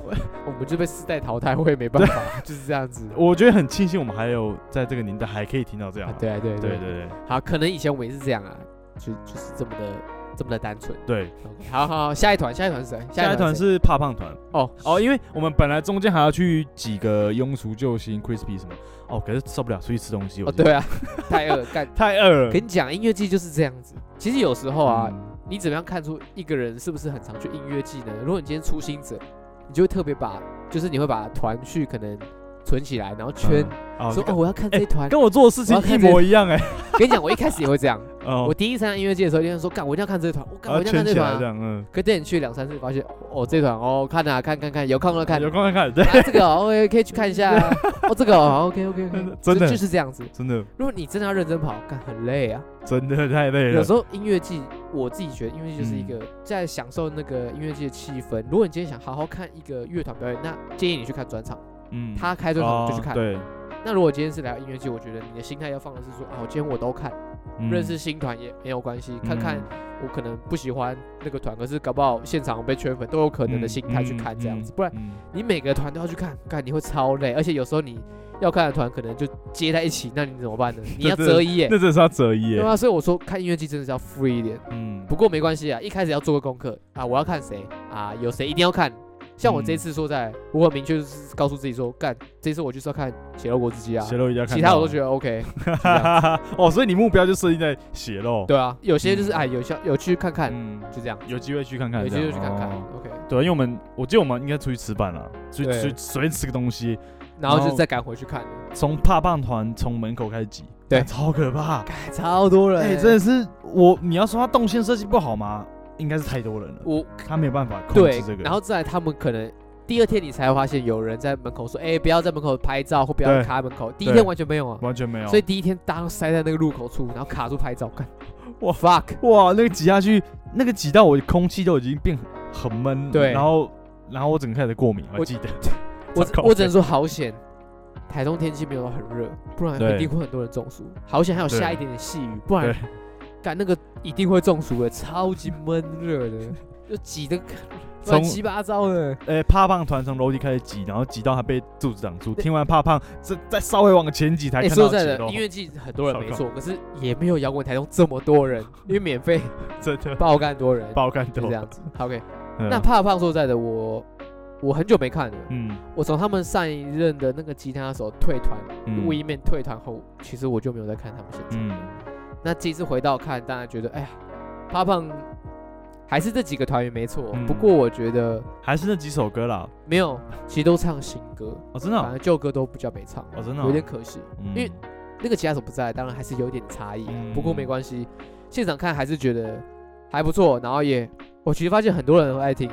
Speaker 1: 我们就被世代淘汰，我也没办法，就是这样子。
Speaker 2: 我觉得很庆幸我们还有在这个年代还可以听到这样
Speaker 1: 啊
Speaker 2: 啊、，
Speaker 1: 对啊，对啊
Speaker 2: 对
Speaker 1: 啊，
Speaker 2: 对
Speaker 1: 好，可能以前我们也是这样啊，就就是这么的这么的单纯。
Speaker 2: 对对，
Speaker 1: OK，好好，好下一团，下一团是谁？
Speaker 2: 下一团
Speaker 1: 谁
Speaker 2: 是怕胖团
Speaker 1: 哦
Speaker 2: 哦，因为我们本来中间还要去几个庸俗救星 crispy 什么哦，可是受不了出去吃东西，我
Speaker 1: 哦，
Speaker 2: 觉得
Speaker 1: 对啊， 太 饿了干。
Speaker 2: 太饿了。
Speaker 1: 跟你讲，音乐季就是这样子。其实有时候啊，
Speaker 2: 嗯
Speaker 1: 你怎么样看出一个人是不是很常去音乐季呢？如果你今天初心者，你就会特别把，就是你会把团去可能存起来，然后圈，
Speaker 2: 哦
Speaker 1: 说
Speaker 2: 这
Speaker 1: 哦，
Speaker 2: 个
Speaker 1: 我要看
Speaker 2: 哎
Speaker 1: 这一团。
Speaker 2: 跟我做的事情
Speaker 1: 我要看
Speaker 2: 一
Speaker 1: 这个
Speaker 2: 模一样哎，
Speaker 1: 跟你讲，我一开始也会这样。我
Speaker 2: 哦，
Speaker 1: 第一次参加音乐季的时候，就说干，我一定要看这一团，我干，
Speaker 2: 然
Speaker 1: 我
Speaker 2: 后
Speaker 1: 一定要看
Speaker 2: 圈
Speaker 1: 这
Speaker 2: 起来
Speaker 1: 团
Speaker 2: 这
Speaker 1: 啊。
Speaker 2: 样，嗯，
Speaker 1: 可点去两三次，发现哦，这团哦，看啊，看看看，有空了看，
Speaker 2: 有
Speaker 1: 啊，
Speaker 2: 空看看，对，
Speaker 1: 这个哦，OK，可以去看一下 啊。哦，这个哦，OK OK OK，
Speaker 2: 真的
Speaker 1: 就是这样子。
Speaker 2: 真的
Speaker 1: 如果你真的要认真跑，干很累啊。
Speaker 2: 真的嗯太累
Speaker 1: 有
Speaker 2: 了
Speaker 1: 时，候音乐季，我自己觉得音乐季就是一个在享受那个音乐季的气氛。如果你今天想好好看一个乐团表演，那建议你去看专场，
Speaker 2: 嗯
Speaker 1: 他开专场
Speaker 2: 哦
Speaker 1: 就去看。
Speaker 2: 对，
Speaker 1: 那如果今天是来到音乐季，我觉得你的心态要放的是说，哦，今天我都看，
Speaker 2: 嗯
Speaker 1: 认识新团也没有关系，看看
Speaker 2: 嗯
Speaker 1: 我可能不喜欢那个团，可是搞不好现场被圈粉都有可能的心态去看这样子，不然
Speaker 2: 嗯
Speaker 1: 你每个团都要去看，看你会超累，而且有时候你要看的团可能就接在一起，那你怎么办 呢？你要择一耶，
Speaker 2: 那真的是要择一
Speaker 1: 对
Speaker 2: 耶，
Speaker 1: 啊，所以我说看音乐季真的是要 free 一点，
Speaker 2: 嗯
Speaker 1: 不过没关系啊，一开始要做个功课啊，我要看谁啊，有谁一定要看。像我这次说在，我很明确就是告诉自己说，干，这次我就是要看《血肉果汁机》
Speaker 2: 血
Speaker 1: 啊，
Speaker 2: 肉一定要看到，
Speaker 1: 其他我都觉得 OK。就这样
Speaker 2: 哦，所以你目标就设定在血肉，
Speaker 1: 对啊，有些就是
Speaker 2: 嗯
Speaker 1: 哎，有效有去看看，
Speaker 2: 嗯，
Speaker 1: 就这样。
Speaker 2: 有机会去看看
Speaker 1: 有
Speaker 2: 这
Speaker 1: 机
Speaker 2: 样，
Speaker 1: 会去看看、
Speaker 2: 哦
Speaker 1: o k
Speaker 2: 对，因为我们我记得我们应该出去吃饭了，出去
Speaker 1: 对
Speaker 2: 出去随便吃个东西，
Speaker 1: 然
Speaker 2: 后
Speaker 1: 后就再赶回去看，
Speaker 2: 从怕胖团从门口开始挤，
Speaker 1: 对
Speaker 2: 哎超可怕。
Speaker 1: 哎，超多人
Speaker 2: 哎、真的是我，你要说他动线设计不好吗？应该是太多人了，
Speaker 1: 我
Speaker 2: 他没有办法控
Speaker 1: 对
Speaker 2: 制这，个。
Speaker 1: 然后再来他们可能第二天你才发现有人在门口说，哎、不要在门口拍照或不要
Speaker 2: 对
Speaker 1: 卡在门口，第一
Speaker 2: 对
Speaker 1: 天完全没有啊，
Speaker 2: 完全没有，
Speaker 1: 所以第一天大家都塞在那个入口处，然后卡住拍照，看，
Speaker 2: 哇
Speaker 1: fuck，
Speaker 2: 哇，那个挤下去，那个挤到我空气都已经变很很闷，
Speaker 1: 对
Speaker 2: 然后然后我整个开始过敏，我
Speaker 1: 我
Speaker 2: 记得，
Speaker 1: 我
Speaker 2: 超靠
Speaker 1: 我只能
Speaker 2: 北
Speaker 1: 说好险。台中天气没有很热，不然
Speaker 2: 对
Speaker 1: 一定会很多人中暑。好险还有
Speaker 2: 对
Speaker 1: 下一点点细雨，不然
Speaker 2: 对
Speaker 1: 赶那个一定会中暑的，超级闷热的。就挤得
Speaker 2: 从
Speaker 1: 乱七八糟的。
Speaker 2: 呃，怕胖团从楼梯开始挤，然后挤到他被柱子挡住。听完怕胖，这再稍微往前挤哦才
Speaker 1: 哎，
Speaker 2: 看
Speaker 1: 说
Speaker 2: 到
Speaker 1: 实在
Speaker 2: 节
Speaker 1: 的，
Speaker 2: 奏。
Speaker 1: 音乐季很多人没
Speaker 2: 糟
Speaker 1: 错，可是也没有摇滚台中这么多人，因为免费
Speaker 2: 真的
Speaker 1: 爆干多人，
Speaker 2: 爆感
Speaker 1: 就
Speaker 2: 动
Speaker 1: 这。样子。好 OK，
Speaker 2: 嗯
Speaker 1: 那怕胖说实在的，我我很久没看了，
Speaker 2: 嗯
Speaker 1: 我从他们上一任的那个吉他手退团
Speaker 2: 嗯
Speaker 1: w e m a n 退团后，其实我就没有再看他们现场。
Speaker 2: 嗯
Speaker 1: 那这一次回到看，当然觉得，哎呀，怕胖还是这几个团员没错，
Speaker 2: 嗯
Speaker 1: 不过我觉得
Speaker 2: 还是那几首歌啦。
Speaker 1: 没有，其实都唱新歌，
Speaker 2: 哦，真的
Speaker 1: 反
Speaker 2: 哦，
Speaker 1: 正旧歌都比较没唱，
Speaker 2: 哦真的哦
Speaker 1: 啊有点可惜。
Speaker 2: 因
Speaker 1: 为那个吉他手不在，当然还是有点差异啊、
Speaker 2: 嗯
Speaker 1: 不过没关系，现场看还是觉得还不错，然后也我其实发现很多人很爱听，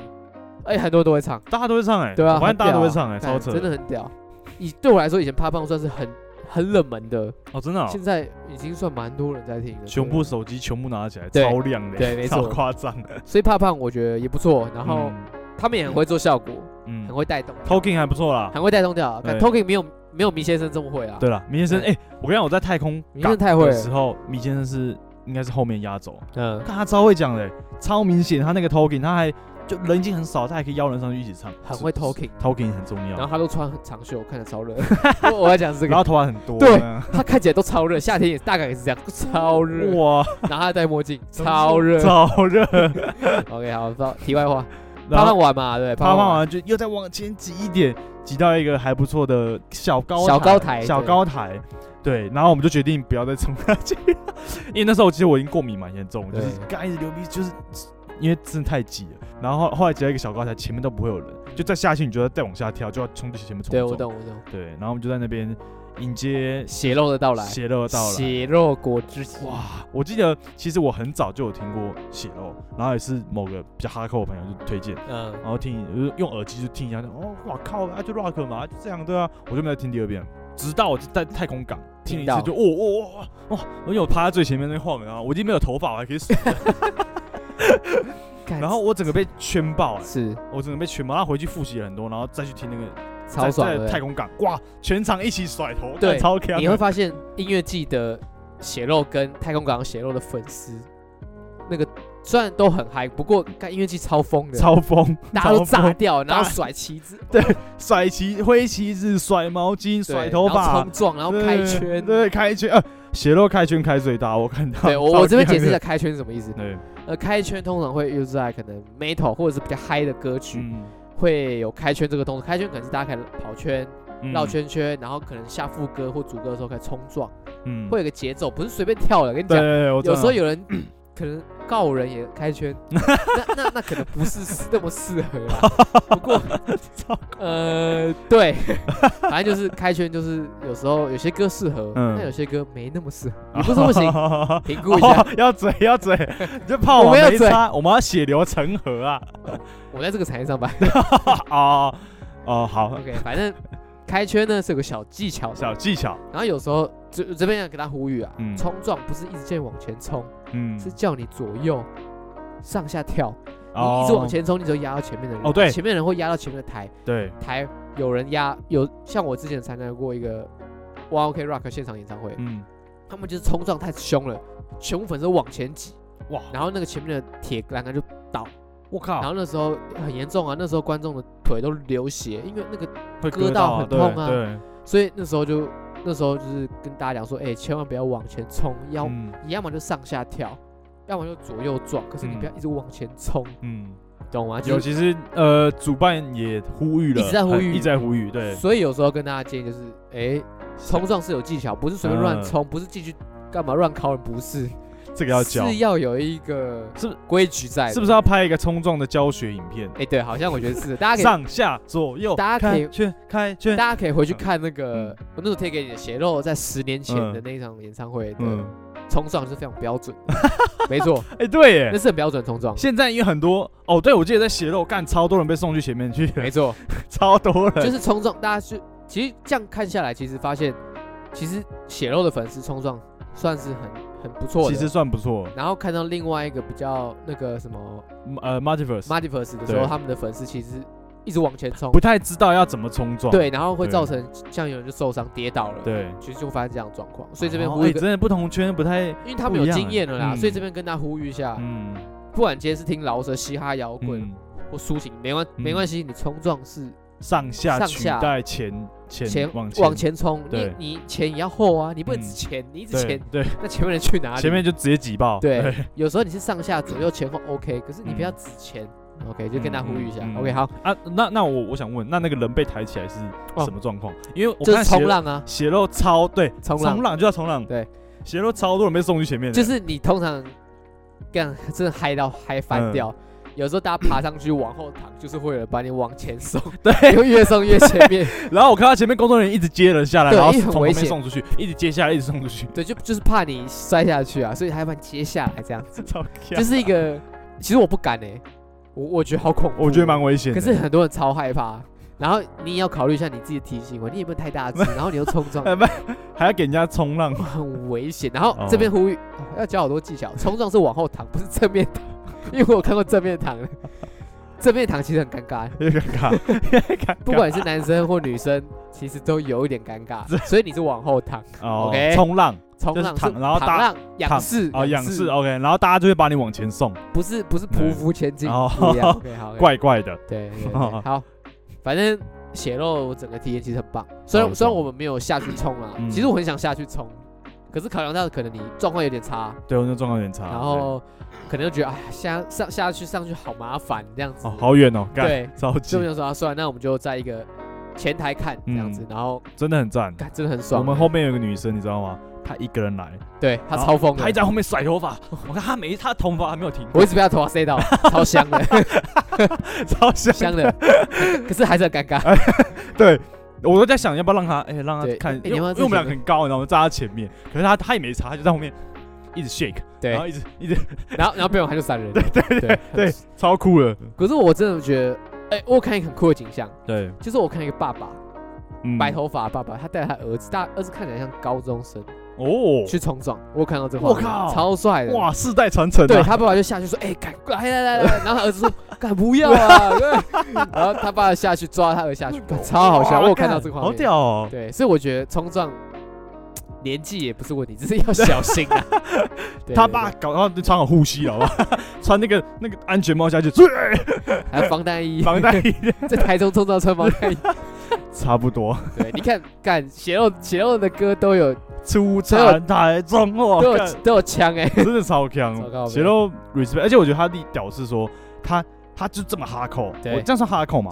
Speaker 1: 而且很多人都会唱，
Speaker 2: 大家都会唱哎，
Speaker 1: 对啊，
Speaker 2: 我发现大家都会唱
Speaker 1: 很
Speaker 2: 哎，
Speaker 1: 屌
Speaker 2: 超
Speaker 1: 啊
Speaker 2: 扯，
Speaker 1: 真的很屌。以对我来说，以前怕胖算是很很冷门的，
Speaker 2: 哦，真的哦，
Speaker 1: 现在已经算蛮多人在听了。
Speaker 2: 全
Speaker 1: 对
Speaker 2: 部手机全部拿起来，
Speaker 1: 对
Speaker 2: 超亮的，
Speaker 1: 对没错
Speaker 2: 超夸张的。
Speaker 1: 所以怕胖我觉得也不错，然后
Speaker 2: 嗯
Speaker 1: 他们也很会做效果，
Speaker 2: 嗯
Speaker 1: 很会带动，
Speaker 2: ，Talking 还不错啦。
Speaker 1: 很会带动掉啊。但
Speaker 2: 对
Speaker 1: Talking 没有没有迷先生这么会啊。
Speaker 2: 对了，米先生，
Speaker 1: 对
Speaker 2: 哎，我跟你讲，我在太空
Speaker 1: 米先
Speaker 2: 港
Speaker 1: 生太会
Speaker 2: 的
Speaker 1: 了
Speaker 2: 时候，米先生是应该是后面压轴，
Speaker 1: 嗯，
Speaker 2: 看他超会讲的欸，超明显，他那个 Talking 他还就人已经很少，他还可以邀人上去一起唱，
Speaker 1: 很会 Talking，
Speaker 2: Talking 很重
Speaker 1: 然后
Speaker 2: 要。
Speaker 1: 他都穿很长袖，看着超热。 我我要讲这
Speaker 2: 然
Speaker 1: 个，
Speaker 2: 后头发很多，
Speaker 1: 对
Speaker 2: 嗯
Speaker 1: 他看起来都超热，夏天也大概也是这样，超热。
Speaker 2: 哇，
Speaker 1: 然后他戴墨镜，嗯超热。
Speaker 2: 超热。
Speaker 1: OK，好，到题外话，
Speaker 2: 然
Speaker 1: 怕
Speaker 2: 后
Speaker 1: 胖玩嘛，对，
Speaker 2: 他
Speaker 1: 胖
Speaker 2: 放
Speaker 1: 玩。
Speaker 2: 完就又再往前挤一点，挤到一个还不错的小高
Speaker 1: 小高台
Speaker 2: 小高台。对，然后我们就决定不要再冲下去了，因为那时候其实我已经过敏蛮严重，就是
Speaker 1: 对
Speaker 2: 刚一直流鼻，就是因为真的太挤了。然后后后来挤到一个小高台，前面都不会有人，就再下去你就要再往下跳，就要冲去前面冲。
Speaker 1: 对，我。懂，我懂。
Speaker 2: 对，然后我们就在那边迎接
Speaker 1: 血肉的到来，
Speaker 2: 血肉到来。
Speaker 1: 血肉果汁机。
Speaker 2: 哇！我记得其实我很早就有听过血肉，然后也是某个比较哈扣的朋友就推荐，
Speaker 1: 嗯，
Speaker 2: 然后听就是用耳机就听一下，哦，哇靠，啊就 rock 嘛，就这样对啊，我就没有听第二遍，直到我在太空港听了
Speaker 1: 听
Speaker 2: 一次
Speaker 1: 到
Speaker 2: 就哦哦哦哦，哦因为我趴在最前面那边晃，然后我已经没有头发，我还可 以甩，
Speaker 1: 干
Speaker 2: 然后我整个被圈爆、哎，
Speaker 1: 是
Speaker 2: 我整个被圈爆，然后回去复习了很多，然后再去听那个
Speaker 1: 超
Speaker 2: 在
Speaker 1: 爽
Speaker 2: 在
Speaker 1: 的
Speaker 2: 太。空港，哇，全场一起甩头，
Speaker 1: 对
Speaker 2: 干超 K，
Speaker 1: 你会发现音乐季的血肉跟太空港血肉的粉丝，那个虽然都很嗨，不过看音乐季超疯的，
Speaker 2: 超疯，
Speaker 1: 大家都
Speaker 2: 超
Speaker 1: 炸
Speaker 2: 疯，
Speaker 1: 掉，然后
Speaker 2: 大
Speaker 1: 甩旗子，
Speaker 2: 甩旗挥旗子，甩毛巾，
Speaker 1: 对
Speaker 2: 甩头
Speaker 1: 然后
Speaker 2: 发，
Speaker 1: 冲撞，然后
Speaker 2: 对
Speaker 1: 开圈。
Speaker 2: 对，开圈，呃，血肉开圈开最大，我看到，
Speaker 1: 对我我这边解释一
Speaker 2: 的，
Speaker 1: 下开圈是什么意思。
Speaker 2: 对，
Speaker 1: 呃，开圈通常会用在可能 metal 或者是比较嗨的歌曲，
Speaker 2: 嗯。
Speaker 1: 会有开圈这个动作。开圈可能是大家可以跑圈、
Speaker 2: 嗯
Speaker 1: 绕，圈圈，然后可能下副歌或主歌的时候可以冲撞，
Speaker 2: 嗯
Speaker 1: 会有个节奏，不是随便跳的。跟你
Speaker 2: 对
Speaker 1: 讲
Speaker 2: 对，对，我知
Speaker 1: 有
Speaker 2: 道
Speaker 1: 时候 有人可能告人也开圈，那 那那可能不是那么适合啦。不过
Speaker 2: 超，
Speaker 1: 呃，对， 反正就是开圈，就是有时候有些歌适合，
Speaker 2: 嗯
Speaker 1: 但有些歌没那么适合。你不是不 行，评估一下
Speaker 2: 哦。要嘴 要嘴，你这泡
Speaker 1: 我
Speaker 2: 网
Speaker 1: 没有
Speaker 2: 没
Speaker 1: 嘴
Speaker 2: 差，我们要血流成河啊！
Speaker 1: 我在这个产业上班。
Speaker 2: 哦哦，好，
Speaker 1: OK，反正开圈呢是有个小技巧的，
Speaker 2: 小技巧，
Speaker 1: 然后有时候这这边要给他呼吁啊，
Speaker 2: 嗯
Speaker 1: 冲撞不是一直这样往前冲，
Speaker 2: 嗯，
Speaker 1: 是叫你左右上下跳。
Speaker 2: 哦
Speaker 1: 你一直往，前冲，你就压到前面的人。
Speaker 2: 哦对
Speaker 1: 前面的人会压到前面的台。
Speaker 2: 对，
Speaker 1: 台有人压有，像我之前参加过一个 One OK Rock 现场演唱会，
Speaker 2: 嗯，
Speaker 1: 他们就是冲撞太凶了，全部粉丝往前挤，
Speaker 2: 哇，
Speaker 1: 然后那个前面的铁栏杆就
Speaker 2: 哦
Speaker 1: 倒，
Speaker 2: 我
Speaker 1: 然
Speaker 2: 靠，
Speaker 1: 后那时候很严重啊，那时候观众的腿都流血，因为那个，
Speaker 2: 会
Speaker 1: 割到
Speaker 2: 到
Speaker 1: 很
Speaker 2: 对
Speaker 1: 痛啊
Speaker 2: 对，
Speaker 1: 所以那时候就那时候就是跟大家讲说，哎、千万不要往前冲，要、
Speaker 2: 嗯
Speaker 1: 你要么就上下跳，要么就左右撞，可是你
Speaker 2: 嗯
Speaker 1: 不要一直往前冲，
Speaker 2: 嗯，
Speaker 1: 懂吗？
Speaker 2: 有
Speaker 1: 啊就是
Speaker 2: 其实呃，主办也呼吁了，
Speaker 1: 一直在呼吁
Speaker 2: 一直在呼吁，对，
Speaker 1: 所以有时候跟大家建议就是，哎、冲撞是有技巧，不是随便乱
Speaker 2: 嗯
Speaker 1: 冲，不是进去干嘛乱敲人，不是。
Speaker 2: 这个要教，
Speaker 1: 是要有一个
Speaker 2: 是
Speaker 1: 规矩在的，
Speaker 2: 是不是要拍一个冲撞的教学影片？
Speaker 1: 哎、对，好像我觉 得是，大家可
Speaker 2: 上下左右，
Speaker 1: 大家可以
Speaker 2: 开圈开
Speaker 1: 以
Speaker 2: 圈，
Speaker 1: 大家可以回去看那个、
Speaker 2: 嗯
Speaker 1: 我那时候贴给你的血肉在十年前的那一场演唱会的
Speaker 2: 嗯，
Speaker 1: 冲撞是非常标准的，没错，
Speaker 2: 哎，对 耶
Speaker 1: 那，是很标准的冲撞，啊
Speaker 2: 现在因为很多哦，对我记得在血肉干超多人被送去前面去，
Speaker 1: 没错，
Speaker 2: 超多人，
Speaker 1: 就是冲撞，大家就其实这样看下来，其实发现其实血肉的粉丝冲撞算是很很不错的，
Speaker 2: 其实算不错。
Speaker 1: 然后看到另外一个比较那个什么
Speaker 2: 嗯呃 m u l t i v e r s
Speaker 1: m a d i v e r s 的时候，
Speaker 2: 对
Speaker 1: 他们的粉丝其实一直往前冲
Speaker 2: 不，太知道要怎么冲撞。
Speaker 1: 对，然后会
Speaker 2: 对
Speaker 1: 造成像有人就受伤跌倒了，
Speaker 2: 对，
Speaker 1: 其实就发生这样的状况，所以这边
Speaker 2: 哦
Speaker 1: 呼吁
Speaker 2: 哎
Speaker 1: 跟，
Speaker 2: 真的不同圈不太
Speaker 1: 因为他们有经验了啦，
Speaker 2: 嗯
Speaker 1: 啊所以这边跟他呼吁一下，
Speaker 2: 嗯
Speaker 1: 不管今天是听饶舌、嘻哈、摇滚
Speaker 2: 嗯，
Speaker 1: 或抒情，没关没关系，你冲撞是
Speaker 2: 上下
Speaker 1: 上
Speaker 2: 取
Speaker 1: 下
Speaker 2: 代前前
Speaker 1: 前
Speaker 2: 往
Speaker 1: 往前冲，
Speaker 2: 对
Speaker 1: 你你前也要后啊，你不能
Speaker 2: 嗯
Speaker 1: 只前，你一直
Speaker 2: 对
Speaker 1: 前，
Speaker 2: 对，
Speaker 1: 那前面人去哪里？
Speaker 2: 前面就直接挤 爆，
Speaker 1: 对，有时候你是上下左右前后 OK，可是你不要只前 OK，就跟他呼吁一下
Speaker 2: 嗯嗯嗯嗯
Speaker 1: OK 好，
Speaker 2: 啊，那那我我想问，那那个人被抬起来是什么状况？因为我
Speaker 1: 哦就
Speaker 2: 看
Speaker 1: 是
Speaker 2: 血
Speaker 1: 冲浪啊，
Speaker 2: 血肉超对，
Speaker 1: 冲浪
Speaker 2: 冲浪就叫冲浪，
Speaker 1: 对，
Speaker 2: 血肉超多人被送去前面的，
Speaker 1: 就是你通常干 真的嗨到嗨
Speaker 2: 嗯
Speaker 1: 翻掉。有时候大家爬上去往后躺，就是会有人把你往前送，
Speaker 2: 对，
Speaker 1: 你会越送越前 面。
Speaker 2: 然后我看到前面工作人员一直接人下来，
Speaker 1: 对
Speaker 2: 然后
Speaker 1: 因为很
Speaker 2: 从旁
Speaker 1: 危
Speaker 2: 边
Speaker 1: 险
Speaker 2: 送出去，一直接下来，一直送 出去，
Speaker 1: 对，就就是怕你摔下去啊，所以他把你接下来 这样子，
Speaker 2: 超
Speaker 1: 就
Speaker 2: 就是
Speaker 1: 一个。其实我不敢哎、我我觉得好恐怖，
Speaker 2: 我觉得蛮危险的。
Speaker 1: 可是很多人超害怕，然后你也要考虑一下你自己的体型嘛，你也不能太大 只，然后你又冲撞，
Speaker 2: 呃 不还要给人家冲浪，
Speaker 1: 很危险。然后
Speaker 2: 哦
Speaker 1: 这边呼吁、啊要教好多技巧，冲撞是往后躺，不是正面躺，因为我看过正面躺 的，正面躺其实很尴尬，
Speaker 2: 有点尴 尬，尴尬
Speaker 1: 不管是男生或女生，其实都有一点尴尬，所以你是往后躺，
Speaker 2: 哦
Speaker 1: OK
Speaker 2: 冲浪
Speaker 1: 冲
Speaker 2: 就是
Speaker 1: 浪
Speaker 2: 躺然后
Speaker 1: 躺
Speaker 2: 搭
Speaker 1: 浪仰
Speaker 2: 躺
Speaker 1: 视
Speaker 2: 哦，仰视 OK，然后大家就会把你往前送，
Speaker 1: 不是不是匍匐前进，
Speaker 2: 哦
Speaker 1: 不一样。OK，好，
Speaker 2: 怪怪的，
Speaker 1: 对对 对对好，反正血肉整个体验其实很棒。虽
Speaker 2: 哦
Speaker 1: 然虽然
Speaker 2: 懂
Speaker 1: 我们没有下去冲啦
Speaker 2: 嗯，
Speaker 1: 其实我很想下去冲，可是考量到可能你状况有点差，
Speaker 2: 对我那状况有点差。
Speaker 1: 然后可能就觉得哎下上下去上去好麻烦这样
Speaker 2: 对
Speaker 1: 子
Speaker 2: 哦，，好远哦，干
Speaker 1: 对，
Speaker 2: 超级
Speaker 1: 就想说啊，算了，那我们就在一个前台看这样子
Speaker 2: 嗯，
Speaker 1: 然后
Speaker 2: 真的很赞。
Speaker 1: 干真的很爽。
Speaker 2: 我们后面有个女生，你知道吗？她一个人来，
Speaker 1: 对他
Speaker 2: 然
Speaker 1: 超
Speaker 2: 后
Speaker 1: 疯
Speaker 2: 她一
Speaker 1: 的
Speaker 2: 直，在后面甩头发， 我看她每一她头发还没有停
Speaker 1: 我
Speaker 2: 过
Speaker 1: 一，直被他头发塞 到，超香的
Speaker 2: 超像
Speaker 1: 香的，可是还是很尴尬。
Speaker 2: 对，我都在想要不要让他，哎、让他
Speaker 1: 对
Speaker 2: 看，
Speaker 1: 哎
Speaker 2: 因
Speaker 1: 你
Speaker 2: 为
Speaker 1: 要
Speaker 2: 因
Speaker 1: 不要
Speaker 2: 为我们
Speaker 1: 自己
Speaker 2: 俩很高，然后站在他前面，可是他他也没差，他就在后面一直 shake，
Speaker 1: 对
Speaker 2: 然，后一直一直
Speaker 1: 然后然后被我喊就闪人。对对对
Speaker 2: 对，超酷的，
Speaker 1: 可是我真的觉得，哎，我有看一个很酷的景象。
Speaker 2: 对，
Speaker 1: 就是我看一个爸爸，
Speaker 2: 嗯
Speaker 1: 白头发的爸爸，他带他儿子，大儿子看起来像高中生
Speaker 2: 哦，
Speaker 1: 去冲撞，我有看到这画
Speaker 2: 我
Speaker 1: 面
Speaker 2: 靠
Speaker 1: 超帅的，
Speaker 2: 哇，世代传承、啊，
Speaker 1: 对他爸爸就下去说：“哎、赶快来来来来！”然后他儿子说：“敢不要啊！” 然后他爸下去抓他儿子下 去，干超好笑。
Speaker 2: 哇
Speaker 1: 我有看到
Speaker 2: 干
Speaker 1: 这个画面，
Speaker 2: 好屌哦，
Speaker 1: 对，所以我觉得冲撞年纪也不是问题，只是要小心 啊。对
Speaker 2: 他爸，搞到穿好护膝了，好 吧，穿那个那个安全帽下 去，对
Speaker 1: 对对还有防弹衣，
Speaker 2: 防弹衣
Speaker 1: 在台中冲撞穿防弹衣。
Speaker 2: 差不多，
Speaker 1: 对，你看，干血肉血肉的歌都有
Speaker 2: 出
Speaker 1: 哎
Speaker 2: 产台中哦，
Speaker 1: 都
Speaker 2: 干
Speaker 1: 有都有枪哎、
Speaker 2: 真的 超强
Speaker 1: 糟糕，呗
Speaker 2: 写到 respect，而且我觉得他的屌是说他他就这么哈扣，
Speaker 1: 对
Speaker 2: 我这样算哈扣嘛？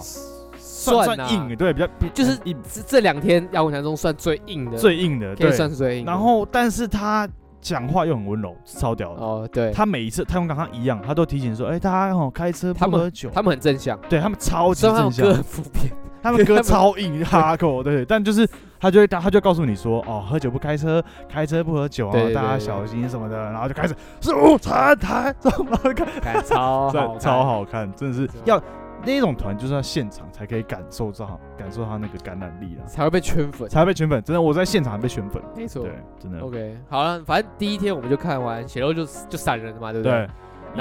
Speaker 2: 算
Speaker 1: 算啊
Speaker 2: 算硬的，欸对，比较比
Speaker 1: 就是
Speaker 2: 硬
Speaker 1: 这这两天摇滚坛中算最硬的，
Speaker 2: 最硬的，
Speaker 1: 可以
Speaker 2: 对。
Speaker 1: 算是最硬的。
Speaker 2: 然后，但是他讲话又很温柔，超屌的。
Speaker 1: 哦，对，
Speaker 2: 他每一次，他跟刚刚一样，他都提醒说，哎，大家哦，开车
Speaker 1: 他
Speaker 2: 不
Speaker 1: 们
Speaker 2: 喝酒。
Speaker 1: 他们很正向，
Speaker 2: 对他们超级
Speaker 1: 虽然他
Speaker 2: 正
Speaker 1: 们歌
Speaker 2: 向，
Speaker 1: 很普遍，
Speaker 2: 他们歌
Speaker 1: 他们
Speaker 2: 超硬哈扣，对，但就是他就会他他就告诉你说，哦，喝酒不开车，开车不喝酒
Speaker 1: 对
Speaker 2: 啊，
Speaker 1: 对
Speaker 2: 大家
Speaker 1: 对对
Speaker 2: 小心什么的，然后就开始哦速成台中， 然后就开
Speaker 1: 感超
Speaker 2: 真
Speaker 1: 好
Speaker 2: 的
Speaker 1: 看，
Speaker 2: 超好看，真的是
Speaker 1: 真的
Speaker 2: 要那种团就是要现场才可以感受到感受到他那个感染力啦，
Speaker 1: 才会被圈粉。
Speaker 2: 才被圈粉。真的，我在现场还被圈粉，
Speaker 1: 没错
Speaker 2: 对，真的
Speaker 1: OK，好了，反正第一天我们就看完，血肉就就闪人了嘛，对不
Speaker 2: 对
Speaker 1: 对？，
Speaker 2: 也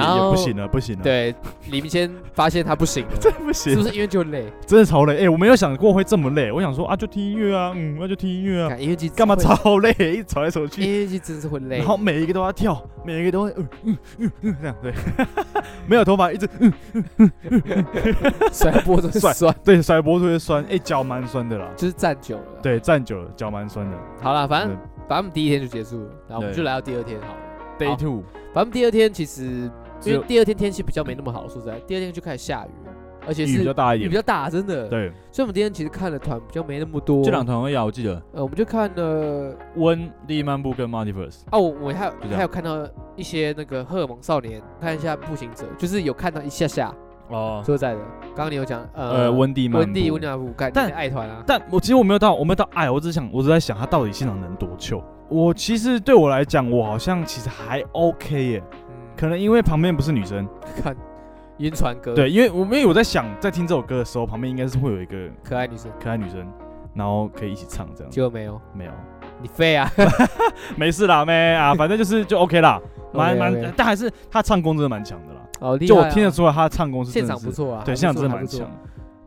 Speaker 1: 然
Speaker 2: 也
Speaker 1: 后
Speaker 2: 不行了，不行了，，
Speaker 1: 对，李明先发现他不行了，
Speaker 2: 真的不
Speaker 1: 是不
Speaker 2: 行，
Speaker 1: 是因为就 累？
Speaker 2: 真的超累。哎，我没有想过会这么累，我想说啊，就听音乐啊，嗯，那就听音乐啊，
Speaker 1: 看音乐剧
Speaker 2: 干嘛
Speaker 1: 吵？
Speaker 2: 超累，一直吵来吵
Speaker 1: 音
Speaker 2: 去。
Speaker 1: 乐剧真是会累
Speaker 2: 然。后每一个都要跳，每一个都会嗯嗯嗯嗯这样对， 没有头发一直嗯
Speaker 1: 甩脖子
Speaker 2: 甩
Speaker 1: 酸，
Speaker 2: 呃 对甩脖子会酸，哎脚蛮酸的啦，
Speaker 1: 就是站久了。，
Speaker 2: 对站久了脚蛮酸的。
Speaker 1: 好了，反正
Speaker 2: 嗯
Speaker 1: 反正我们第一天就结束了，然后我们
Speaker 2: 对
Speaker 1: 就来到第二天好了。好
Speaker 2: Day two
Speaker 1: 反正第二天其实
Speaker 2: 啊只
Speaker 1: 因
Speaker 2: 有
Speaker 1: 为第二天天气比较没那么好，说实在，第二天就开始下雨了，而且
Speaker 2: 雨
Speaker 1: 是
Speaker 2: 比较大一
Speaker 1: 雨
Speaker 2: 点
Speaker 1: 比，较大，真的。
Speaker 2: 对，
Speaker 1: 所以我们今天其实看的团比较没那么多。
Speaker 2: 这两团会要，我记得
Speaker 1: 呃，我们就看了
Speaker 2: 温第一漫步跟 Multiverse，
Speaker 1: 啊，我我还有
Speaker 2: 这样
Speaker 1: 还有看到一些那个荷尔蒙少年，看一下步行者，就是有看到一下下。
Speaker 2: 哦，
Speaker 1: 说实在的，刚刚你有讲
Speaker 2: 呃，
Speaker 1: 呃
Speaker 2: 温蒂漫步
Speaker 1: 温蒂温蒂马布干，
Speaker 2: 但
Speaker 1: 你的爱团啊，
Speaker 2: 但我其实我没有到，我没有到爱，我只是想，我只是在想他到底现场能多糗。我其实对我来讲，我好像其实还 OK 耶，可
Speaker 1: 能
Speaker 2: 能因为旁边不是女生，
Speaker 1: 嗯 看晕船哥，
Speaker 2: 对，因为我因为我在想，在听这首歌的时候，旁边应该是会有一个
Speaker 1: 可爱女生，
Speaker 2: 可爱女生，然后可以一起唱这样
Speaker 1: 结
Speaker 2: 子。
Speaker 1: 果没有，
Speaker 2: 没有，
Speaker 1: 你废啊，
Speaker 2: 没事啦，妹啊，反正就是就 OK 啦，蛮
Speaker 1: OK，OK
Speaker 2: 蛮，但还是他唱功真的蛮强的啦，
Speaker 1: 哦厉害
Speaker 2: 就
Speaker 1: 啊，
Speaker 2: 我听得出来他的唱功是真
Speaker 1: 现
Speaker 2: 的
Speaker 1: 场
Speaker 2: 是
Speaker 1: 不，错啊，还不
Speaker 2: 对，现场真
Speaker 1: 错
Speaker 2: 的
Speaker 1: 还
Speaker 2: 蛮
Speaker 1: 不错
Speaker 2: 强。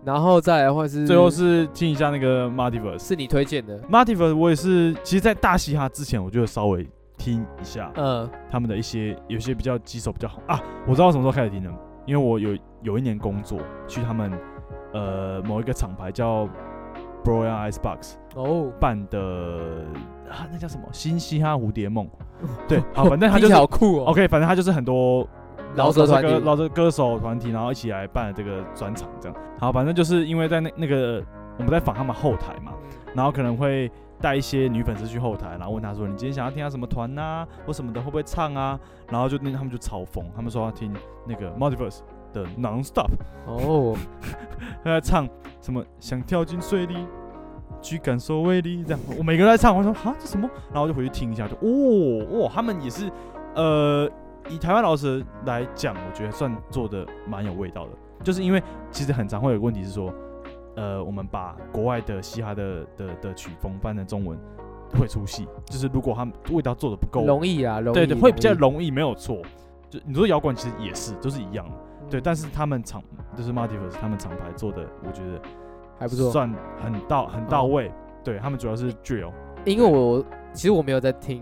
Speaker 1: 然后再来的话是
Speaker 2: 最后是听一下那个 Multiverse。
Speaker 1: 是你推荐的，
Speaker 2: Motive，我也是，其实，在大嘻哈之前，我就稍微听一下
Speaker 1: 嗯，
Speaker 2: 他们的一些有些比较几首比较红啊。我知道什么时候开始听的，因为我有有一年工作去他们呃某一个厂牌叫 Broya Icebox
Speaker 1: 哦，
Speaker 2: 办的啊，那叫什么新嘻哈蝴蝶梦？对，好，反正他
Speaker 1: 听 起
Speaker 2: 就是
Speaker 1: 来好酷哦，
Speaker 2: OK，反正他就是很多
Speaker 1: 饶舌团体
Speaker 2: 歌、饶舌歌手团体，然后一起来办了这个专场，这样。好，反正就是因为在那那个我们在访他们后台嘛，然后可能会带一些女粉丝去后台，然后问他说：“你今天想要听他什么团呐、或什么的，会不会唱啊？”然后就那他们就嘲讽，他们说要听那个 Multiverse 的 Non Stop，
Speaker 1: 哦，
Speaker 2: 他在唱什么想跳进水里。去感受威力，这样我每个人在唱，我说哈这什么，然后我就回去听一下，就哦哦，他们也是，呃，以台湾老师来讲，我觉得算做的蛮有味道的，就是因为其实很常会有个问题是说，呃，我们把国外的嘻哈的的的曲风翻成中文会出戏，就是如果他们味道做的不够，
Speaker 1: 容易啊，容易，
Speaker 2: 对对，会比较
Speaker 1: 容
Speaker 2: 容易，没有错。就你说摇滚其实也是，都、是一样的，
Speaker 1: 易，
Speaker 2: 对。但是他们厂就是 Multiverse 他们厂牌做的，我觉得
Speaker 1: 还不错。嗯
Speaker 2: 算很到很到位。对他们主要是 drill，
Speaker 1: 因为我其实我没有在听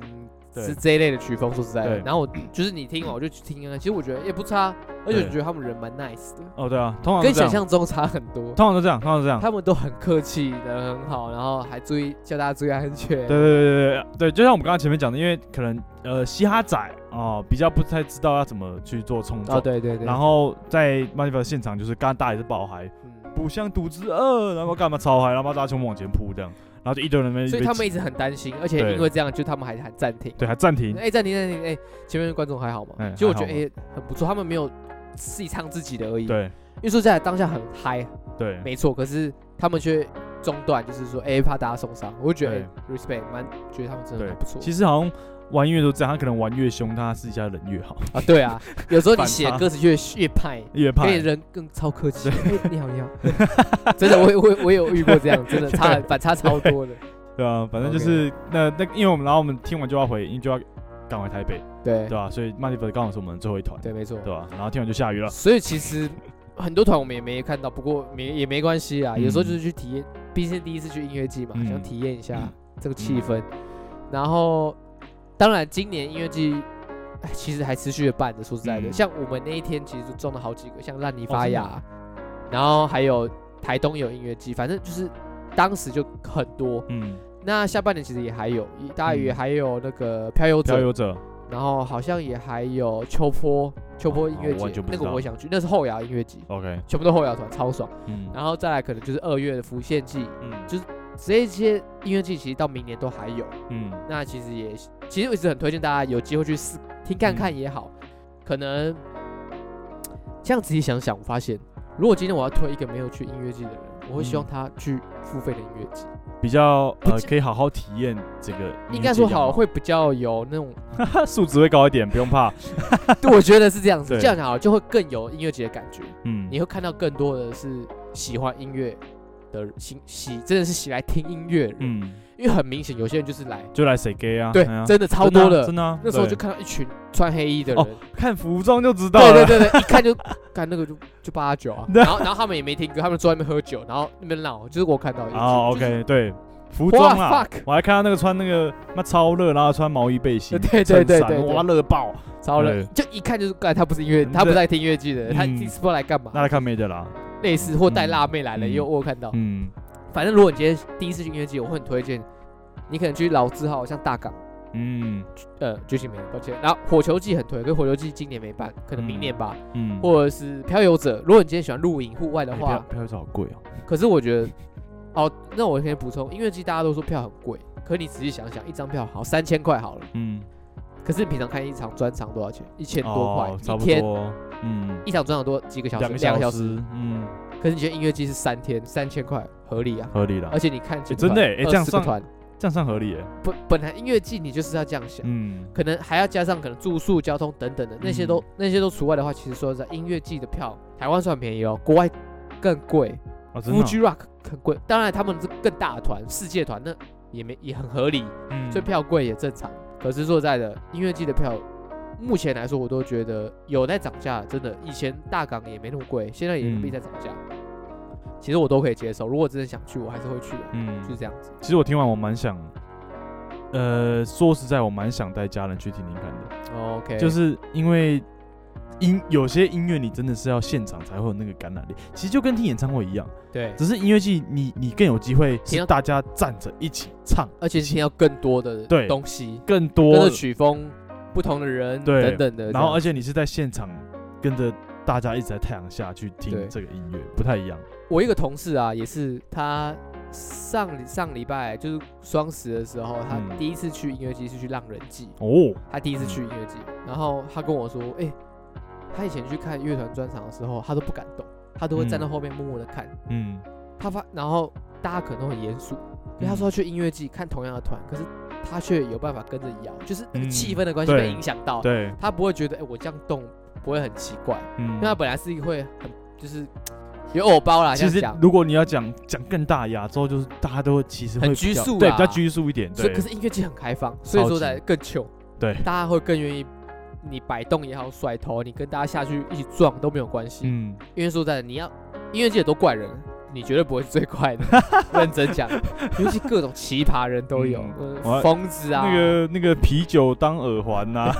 Speaker 2: 对
Speaker 1: 是这一类的曲风，说实在的
Speaker 2: 对。
Speaker 1: 然后我就是你听完我就去听啊，其实我觉得也不差，而且我觉得他们人蛮 nice 的，
Speaker 2: 哦对啊，通常
Speaker 1: 跟
Speaker 2: 都
Speaker 1: 想
Speaker 2: 这样，
Speaker 1: 象中差很多。
Speaker 2: 通常都这样，通常都这样。
Speaker 1: 他们都很客气，人很好，然后还注意叫大家注意安全。
Speaker 2: 对对对对对，就像我们刚刚前面讲的，因为可能呃嘻哈仔哦、比较不太知道要怎么去做冲撞，
Speaker 1: 哦，对对对。
Speaker 2: 然后在 m a n i f e s 现场就是刚刚大家也是爆嗨，
Speaker 1: 嗯，
Speaker 2: 不像赌之二，然后干嘛超嗨，然后把大家全部往前扑这样，然后就一堆人在那边
Speaker 1: 所以他们一直很担心，而且
Speaker 2: 对
Speaker 1: 因为这样，就他们还喊暂停。
Speaker 2: 对还暂停，
Speaker 1: 哎，暂停暂停，哎，前面的观众还好吗
Speaker 2: 哎？
Speaker 1: 其实我觉得
Speaker 2: 还好
Speaker 1: 哎很不错，他们没有自己唱自己的而已。，
Speaker 2: 对
Speaker 1: 因为说实在的当下很嗨，
Speaker 2: 对
Speaker 1: 没错，可是他们却中断，就是说，哎、怕大家受伤，我就觉得、哎 respect，蛮觉得他们真的
Speaker 2: 对
Speaker 1: 嗯还不错。
Speaker 2: 其实好像玩音乐都这样，他可能玩越凶，他私底下人越好，
Speaker 1: 啊，对啊，有时候你写
Speaker 2: 反差
Speaker 1: 歌词越越派，
Speaker 2: 越怕
Speaker 1: 跟你人更超客气。哎你好，你好， 真的，我有我有我有遇过这样，真的差很反差超多的。
Speaker 2: 对啊，反正就是那那因为我们然后我们听完就要回，因为就要赶回台北，
Speaker 1: 对
Speaker 2: 对吧、所以 m a n i f e s 刚好是我们最后一团，
Speaker 1: 对，没错。
Speaker 2: 对吧、然后听完就下雨了，
Speaker 1: 所以其实很多团我们也没看到，不过没也没关系啊，
Speaker 2: 嗯
Speaker 1: 有时候就是去体验，毕竟是第一次去音乐季嘛，
Speaker 2: 嗯
Speaker 1: 想体验一下这个气氛。然后，当然今年音乐季。哎其实还持续的办着，说实在的，
Speaker 2: 嗯
Speaker 1: 像我们那一天其实就中了好几个，像烂泥
Speaker 2: 哦
Speaker 1: 发芽，然后还有台东有音乐季，反正就是当时就很多。
Speaker 2: 嗯，
Speaker 1: 那下半年其实也还有，大
Speaker 2: 嗯
Speaker 1: 也还有那个漂游者，
Speaker 2: 漂游者，
Speaker 1: 然后好像也还有秋坡秋坡音乐
Speaker 2: 哦我完
Speaker 1: 节
Speaker 2: 全，不
Speaker 1: 那
Speaker 2: 知
Speaker 1: 个
Speaker 2: 道
Speaker 1: 我想去，那是后摇音乐节，
Speaker 2: OK，
Speaker 1: 全部都后摇团，超爽。
Speaker 2: 嗯，
Speaker 1: 然后再来可能就是二月的浮现季，
Speaker 2: 嗯
Speaker 1: 就这些音乐季其实到明年都还有。
Speaker 2: 嗯
Speaker 1: 那其实也，其实我一直很推荐大家有机会去试听看看也好，
Speaker 2: 嗯
Speaker 1: 可能这样仔细想想，我发现如果今天我要推一个没有去音乐季的人，我会希望
Speaker 2: 嗯
Speaker 1: 他去付费的音乐季，
Speaker 2: 比较
Speaker 1: 不
Speaker 2: 呃
Speaker 1: 是
Speaker 2: 可以好好体验这个，
Speaker 1: 应该说好会比较有那种，
Speaker 2: 素质会高一点，不用怕，
Speaker 1: 对，我觉得是这样 子，
Speaker 2: 对
Speaker 1: 这样好了就会更有音乐节的感觉。
Speaker 2: 嗯，
Speaker 1: 你会看到更多的是喜欢音乐的喜喜，真的是喜来听音乐的人，
Speaker 2: 嗯，
Speaker 1: 因为很明显有些人就是来，
Speaker 2: 就来谁 gay 啊，
Speaker 1: 对
Speaker 2: 哎呀，
Speaker 1: 真的超多
Speaker 2: 真啊
Speaker 1: 的
Speaker 2: 真。的啊，
Speaker 1: 那时候
Speaker 2: 对
Speaker 1: 就看到一群穿黑衣的人，
Speaker 2: 哦看服装就知道
Speaker 1: 对
Speaker 2: 了，
Speaker 1: 对对对，一看就看那个就就八九啊，然后然后他们也没听歌，他们坐在那边喝酒，然后那边闹，就是我看到的一群。
Speaker 2: 哦
Speaker 1: 就是
Speaker 2: ，OK，对，服装啊
Speaker 1: What
Speaker 2: 啦
Speaker 1: the fuck？，
Speaker 2: 我还看到那个穿那个那超热，然后穿毛衣背心，
Speaker 1: 对对对
Speaker 2: 衬衫
Speaker 1: 对对
Speaker 2: 哇，热爆！啊
Speaker 1: 超了，就一看就是，干他不是音乐，他不是
Speaker 2: 对
Speaker 1: 来听音乐剧的人，他
Speaker 2: 嗯
Speaker 1: 听 s p o 来干嘛
Speaker 2: 那？来看妹的啦，
Speaker 1: 类似或带辣妹来了，
Speaker 2: 嗯
Speaker 1: 也有我有看到。
Speaker 2: 嗯
Speaker 1: 反正如果你今天第一次去音乐季，我会很推荐你可能去老字号，像大港。
Speaker 2: 嗯
Speaker 1: 呃，剧情没有，抱歉。然后火球季很推，可是火球季今年没办，可能明年吧，
Speaker 2: 嗯，
Speaker 1: 或者是漂游者。如果你今天喜欢露营户外的
Speaker 2: 哎
Speaker 1: 话
Speaker 2: 票，票子好贵哦，
Speaker 1: 可是我觉得，哦，那我先补充，音乐季大家都说票很贵，可你仔细想想，一张票好三千块好了，
Speaker 2: 嗯，
Speaker 1: 可是你平常看一场专场多少钱？一千多块，
Speaker 2: 哦差
Speaker 1: 一
Speaker 2: 不
Speaker 1: 天
Speaker 2: 多，嗯，
Speaker 1: 一场专场多几个小时？
Speaker 2: 两个
Speaker 1: 两个小
Speaker 2: 小
Speaker 1: 时。
Speaker 2: 时，嗯，
Speaker 1: 可是你觉得音乐季是三天，三千块合理啊？
Speaker 2: 合理啦
Speaker 1: 而，且你看几个
Speaker 2: 真的
Speaker 1: 团
Speaker 2: 欸哎这样
Speaker 1: 20个
Speaker 2: 算
Speaker 1: 团
Speaker 2: 这样算合理耶，
Speaker 1: 本本来音乐季你就是要这样想。
Speaker 2: 嗯，
Speaker 1: 可能还要加上可能住宿、交通等等的那些都、那些都除外的话，其实说实在音乐季的票，台湾算便宜哦，国外更贵
Speaker 2: 哦，真的哦
Speaker 1: ，Fuji Rock 很贵。当然他们是更大的团、世界团，那也没也很合理，
Speaker 2: 嗯
Speaker 1: 所以票贵也正常。可是说实在的，音乐季的票，目前来说我都觉得有在涨价，真的。以前大港也没那么贵，现在也不必
Speaker 2: 嗯
Speaker 1: 在涨价。其实我都可以接受，如果真的想去，我还是会去的，
Speaker 2: 嗯
Speaker 1: 就是这样子。
Speaker 2: 其实我听完我蛮想呃，说实在，我蛮想带家人去听听看的，
Speaker 1: 哦 OK，
Speaker 2: 就是因为音有些音乐你真的是要现场才会有那个感染力，其实就跟听演唱会一样，
Speaker 1: 对，
Speaker 2: 只是音乐剧你你更有机会
Speaker 1: 听
Speaker 2: 是
Speaker 1: 到
Speaker 2: 大家站着一起唱，
Speaker 1: 而且听到更多的
Speaker 2: 对
Speaker 1: 东西，
Speaker 2: 更
Speaker 1: 跟
Speaker 2: 多
Speaker 1: 着，曲风、不同的人
Speaker 2: 对
Speaker 1: 等等的这样，
Speaker 2: 然后而且你是在现场跟着大家一直在太阳下去
Speaker 1: 对
Speaker 2: 听这个音乐，不太一样。
Speaker 1: 我一个同事啊，也是他上上礼拜就是双十的时候，他
Speaker 2: 嗯
Speaker 1: 第一次去音乐季是去浪人季，
Speaker 2: 哦，
Speaker 1: 他第一次去音乐季，然后他跟我说，哎、他以前去看乐团专场的时候，他都不敢动，他都会站
Speaker 2: 嗯
Speaker 1: 到后面默默的看，
Speaker 2: 嗯，
Speaker 1: 他发，然后大家可能都很严肃，因为他说他去音乐季看同样的团，可是他却有办法跟着摇，就是那个
Speaker 2: 嗯
Speaker 1: 气氛的关系
Speaker 2: 对
Speaker 1: 被影响到，
Speaker 2: 对，
Speaker 1: 他不会觉得，哎、我这样动不会很奇怪，
Speaker 2: 嗯
Speaker 1: 因为他本来是一个会很就是有偶包啦，
Speaker 2: 其
Speaker 1: 这
Speaker 2: 实
Speaker 1: 样讲。
Speaker 2: 如果你要讲讲更大，亚洲就是大家都会其实会
Speaker 1: 很
Speaker 2: 比较
Speaker 1: 拘束
Speaker 2: 对，
Speaker 1: 啦
Speaker 2: 比较拘束一点。
Speaker 1: 所以
Speaker 2: 对，
Speaker 1: 可是音乐季很开放，所以
Speaker 2: 超
Speaker 1: 说
Speaker 2: 级
Speaker 1: 才更糗。
Speaker 2: 对
Speaker 1: 大家会更愿意你摆动也好，甩头，你跟大家下去一起撞都没有关系。
Speaker 2: 嗯，
Speaker 1: 因为说实在的，你要音乐界都怪人，你绝对不会是最怪 的。认真讲，尤其各种奇葩人都有，
Speaker 2: 嗯
Speaker 1: 呃
Speaker 2: 我
Speaker 1: 疯、子啊，
Speaker 2: 那个那个啤酒当耳环呐，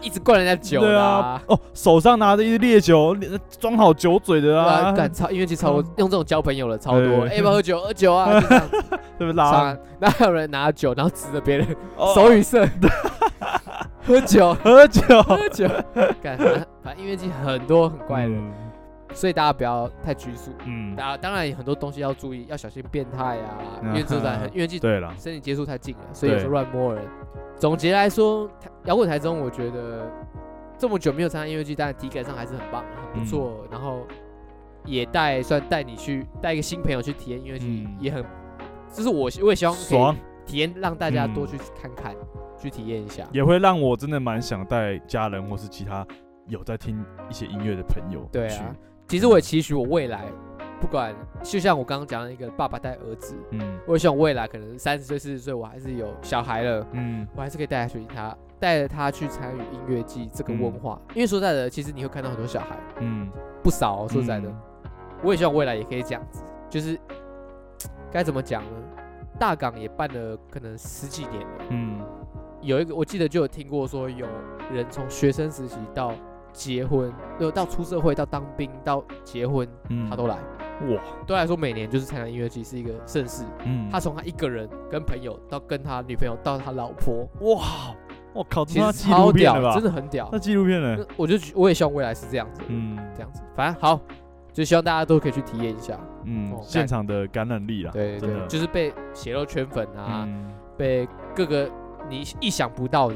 Speaker 1: 一直灌人家 酒
Speaker 2: 对
Speaker 1: 啦、
Speaker 2: 啊，哦，手上拿着一烈酒，装好酒嘴的
Speaker 1: 对啊，
Speaker 2: 啊，
Speaker 1: 干超音乐剧超多、
Speaker 2: 嗯
Speaker 1: 用这种交朋友的超多，
Speaker 2: 对
Speaker 1: 哎、要不要喝酒？喝酒啊，就这 样子
Speaker 2: 对不对？
Speaker 1: 上
Speaker 2: 拉
Speaker 1: 啊，哪有人拿酒然后指着别人、
Speaker 2: 哦
Speaker 1: 手语社？ 喝酒，
Speaker 2: 喝酒，
Speaker 1: 喝酒，干反正反正音乐季很多很怪人，
Speaker 2: 嗯
Speaker 1: 所以大家不要太拘束。
Speaker 2: 嗯，
Speaker 1: 啊，当然有很多东西要注意，要小心变态啊，因
Speaker 2: 嗯
Speaker 1: 为这在很因为这
Speaker 2: 对了，
Speaker 1: 身体接触太近了，所以有时候
Speaker 2: 对
Speaker 1: 乱摸人。总结来说，台摇滚台中，我觉得这么久没有参加音乐季，但体感上还是很棒，很不错。然后也带算带你去带一个新朋友去体验音乐季，
Speaker 2: 嗯
Speaker 1: 也很，就是我我也希望可
Speaker 2: 爽
Speaker 1: 以，体验让大家多
Speaker 2: 嗯
Speaker 1: 去看看，去体验一下。
Speaker 2: 也会让我真的蛮想带家人或是其他有在听一些音乐的朋友
Speaker 1: 对
Speaker 2: 去
Speaker 1: 啊，，其实我也期许我未来，不管就像我刚刚讲的一个爸爸带儿子，
Speaker 2: 嗯
Speaker 1: 我也希望我未来可能三十岁、四十岁，我还是有小孩了，
Speaker 2: 嗯
Speaker 1: 我还是可以带他去他带着他去参与音乐季这个文化。因为说实在的，其实你会看到很多小孩，
Speaker 2: 嗯，
Speaker 1: 不少、哦、说实在的，我也希望未来也可以这样子，就是该怎么讲呢？大港也办了可能十几年了，
Speaker 2: 嗯，
Speaker 1: 有一个我记得就有听过说，有人从学生时期到结婚，就到出社会到当兵到结婚，
Speaker 2: 嗯嗯，
Speaker 1: 他都来。
Speaker 2: 哇，
Speaker 1: 对他来说，每年就是参加音乐季是一个盛事。
Speaker 2: 嗯，
Speaker 1: 他从他一个人跟朋友到跟他女朋友到他老婆，
Speaker 2: 哇，我靠，
Speaker 1: 其
Speaker 2: 这
Speaker 1: 实
Speaker 2: 他纪
Speaker 1: 超
Speaker 2: 录片了
Speaker 1: 屌，
Speaker 2: 吧？
Speaker 1: 真的很屌
Speaker 2: 那。纪录片呢
Speaker 1: 那？我就觉我也希望未来是这样子，
Speaker 2: 嗯
Speaker 1: 这样子，反正好，就希望大家都可以去体验一下。
Speaker 2: 嗯
Speaker 1: 哦，
Speaker 2: 现场的感染力啦，
Speaker 1: 对
Speaker 2: 真
Speaker 1: 对
Speaker 2: 的
Speaker 1: 对，就是被血肉圈粉啊，
Speaker 2: 嗯
Speaker 1: 被各个你意想不到的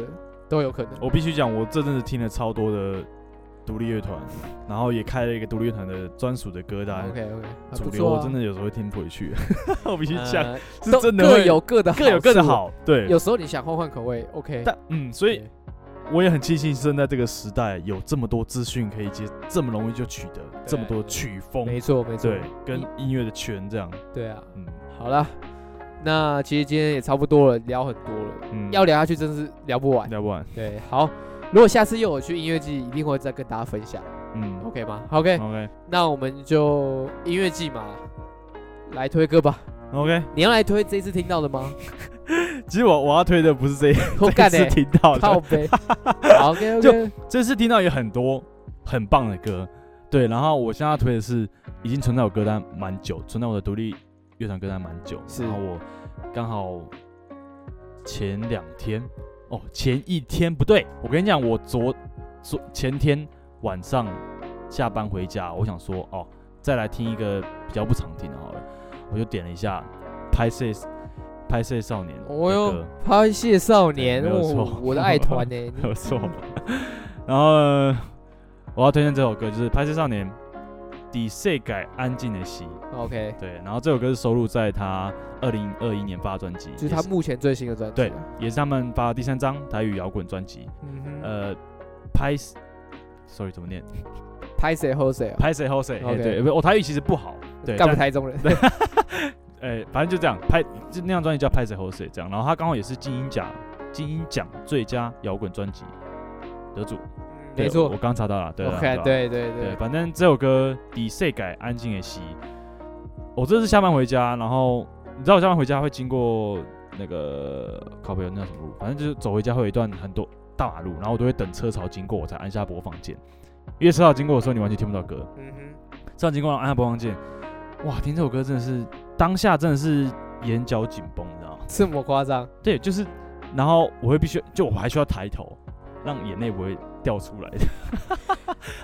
Speaker 1: 都有可能。
Speaker 2: 我必须讲，我这阵子听了超多的独立乐团，然后也开了一个独立乐团的专属的歌单。
Speaker 1: OK OK，
Speaker 2: 啊主
Speaker 1: 不
Speaker 2: 流
Speaker 1: 错
Speaker 2: 我
Speaker 1: 啊，
Speaker 2: 真的有时候会听不回去， 我必须讲，
Speaker 1: 呃
Speaker 2: 是
Speaker 1: 都
Speaker 2: 真的
Speaker 1: 各
Speaker 2: 会
Speaker 1: 有各的
Speaker 2: 各有各的
Speaker 1: 处，
Speaker 2: 好，对
Speaker 1: 有。时候你想换换口味，OK，
Speaker 2: 但嗯，所以
Speaker 1: 对
Speaker 2: 我也很庆幸生在这个时代，有这么多资讯可以接，这么容易就取得，这么多曲风，
Speaker 1: 没错没错
Speaker 2: 对，，跟音乐的圈这样，
Speaker 1: 对啊，
Speaker 2: 嗯
Speaker 1: 好了，那其实今天也差不多了，聊很多了。
Speaker 2: 嗯，
Speaker 1: 要聊下去真是聊不完。
Speaker 2: 要不然，
Speaker 1: 对，好，如果下次又有去音乐季，一定会再跟大家分享
Speaker 2: 嗯
Speaker 1: ，OK 吗？OK，、
Speaker 2: ，OK
Speaker 1: 那我们就音乐季嘛，来推歌吧。
Speaker 2: OK，
Speaker 1: 你要来推这次听到的 吗？
Speaker 2: 其实我我要推的不是这一
Speaker 1: 我
Speaker 2: 这一
Speaker 1: 干欸
Speaker 2: 次
Speaker 1: 嘞，
Speaker 2: 听到的，
Speaker 1: 靠 背。好，OK OK，
Speaker 2: 这次听到有很多很棒的歌，对，然后我现在要推的是已经存在我歌单蛮久，存在我的独立乐团歌单蛮久，
Speaker 1: 是
Speaker 2: 然后我刚好前两天，哦，前一天不对，我跟你讲，我昨昨前天晚上下班回家，我想说哦，再来听一个比较不常听的好了，我就点了一下拍摄拍摄少年的歌，
Speaker 1: 我用拍谢少年，
Speaker 2: 对哎没有错
Speaker 1: 哦，我的爱团呢、
Speaker 2: 没有错。然后呃我要推荐这首歌，就是《拍摄少年》底世改安静的溪。
Speaker 1: OK，
Speaker 2: 对，然后这首歌是收录在他二零二一年发的专辑，
Speaker 1: 就是他
Speaker 2: 也是
Speaker 1: 目前最新的专辑
Speaker 2: 对
Speaker 1: 啊。，
Speaker 2: 也是他们发的第三张台语摇滚专辑。
Speaker 1: 嗯哼，呃，
Speaker 2: 呃，拍，sorry 怎么念？
Speaker 1: 拍谁喝谁啊？
Speaker 2: 拍谁后谁？哎
Speaker 1: OK
Speaker 2: 对，不我台语其实不好，对，
Speaker 1: 干不
Speaker 2: 但
Speaker 1: 台中人。
Speaker 2: 哎、反正就这样拍，就那张专辑叫《拍谁后谁》这样。然后他刚好也是金鹰奖金鹰奖最佳摇滚专辑得主。
Speaker 1: 嗯没
Speaker 2: 对我
Speaker 1: 错
Speaker 2: 刚查到了，对啊
Speaker 1: ，OK，
Speaker 2: 啊
Speaker 1: 对对
Speaker 2: 对，
Speaker 1: 对，
Speaker 2: 反正这首歌底谁改安静的溪，我这次下班回家，然后你知道我下班回家会经过那个靠北有那叫什么路，反正就是走回家会有一段很多大马路，然后我都会等车潮经过我才按下播放键，因为车潮经过的时候你完全听不到歌，
Speaker 1: 嗯哼，
Speaker 2: 车潮经过然后按下播放键，哇，听这首歌真的是当下真的是眼角紧绷，你知道吗？
Speaker 1: 这么夸张？
Speaker 2: 对，就是，然后我会必须，就我还需要抬头，让眼泪不会掉出来 的。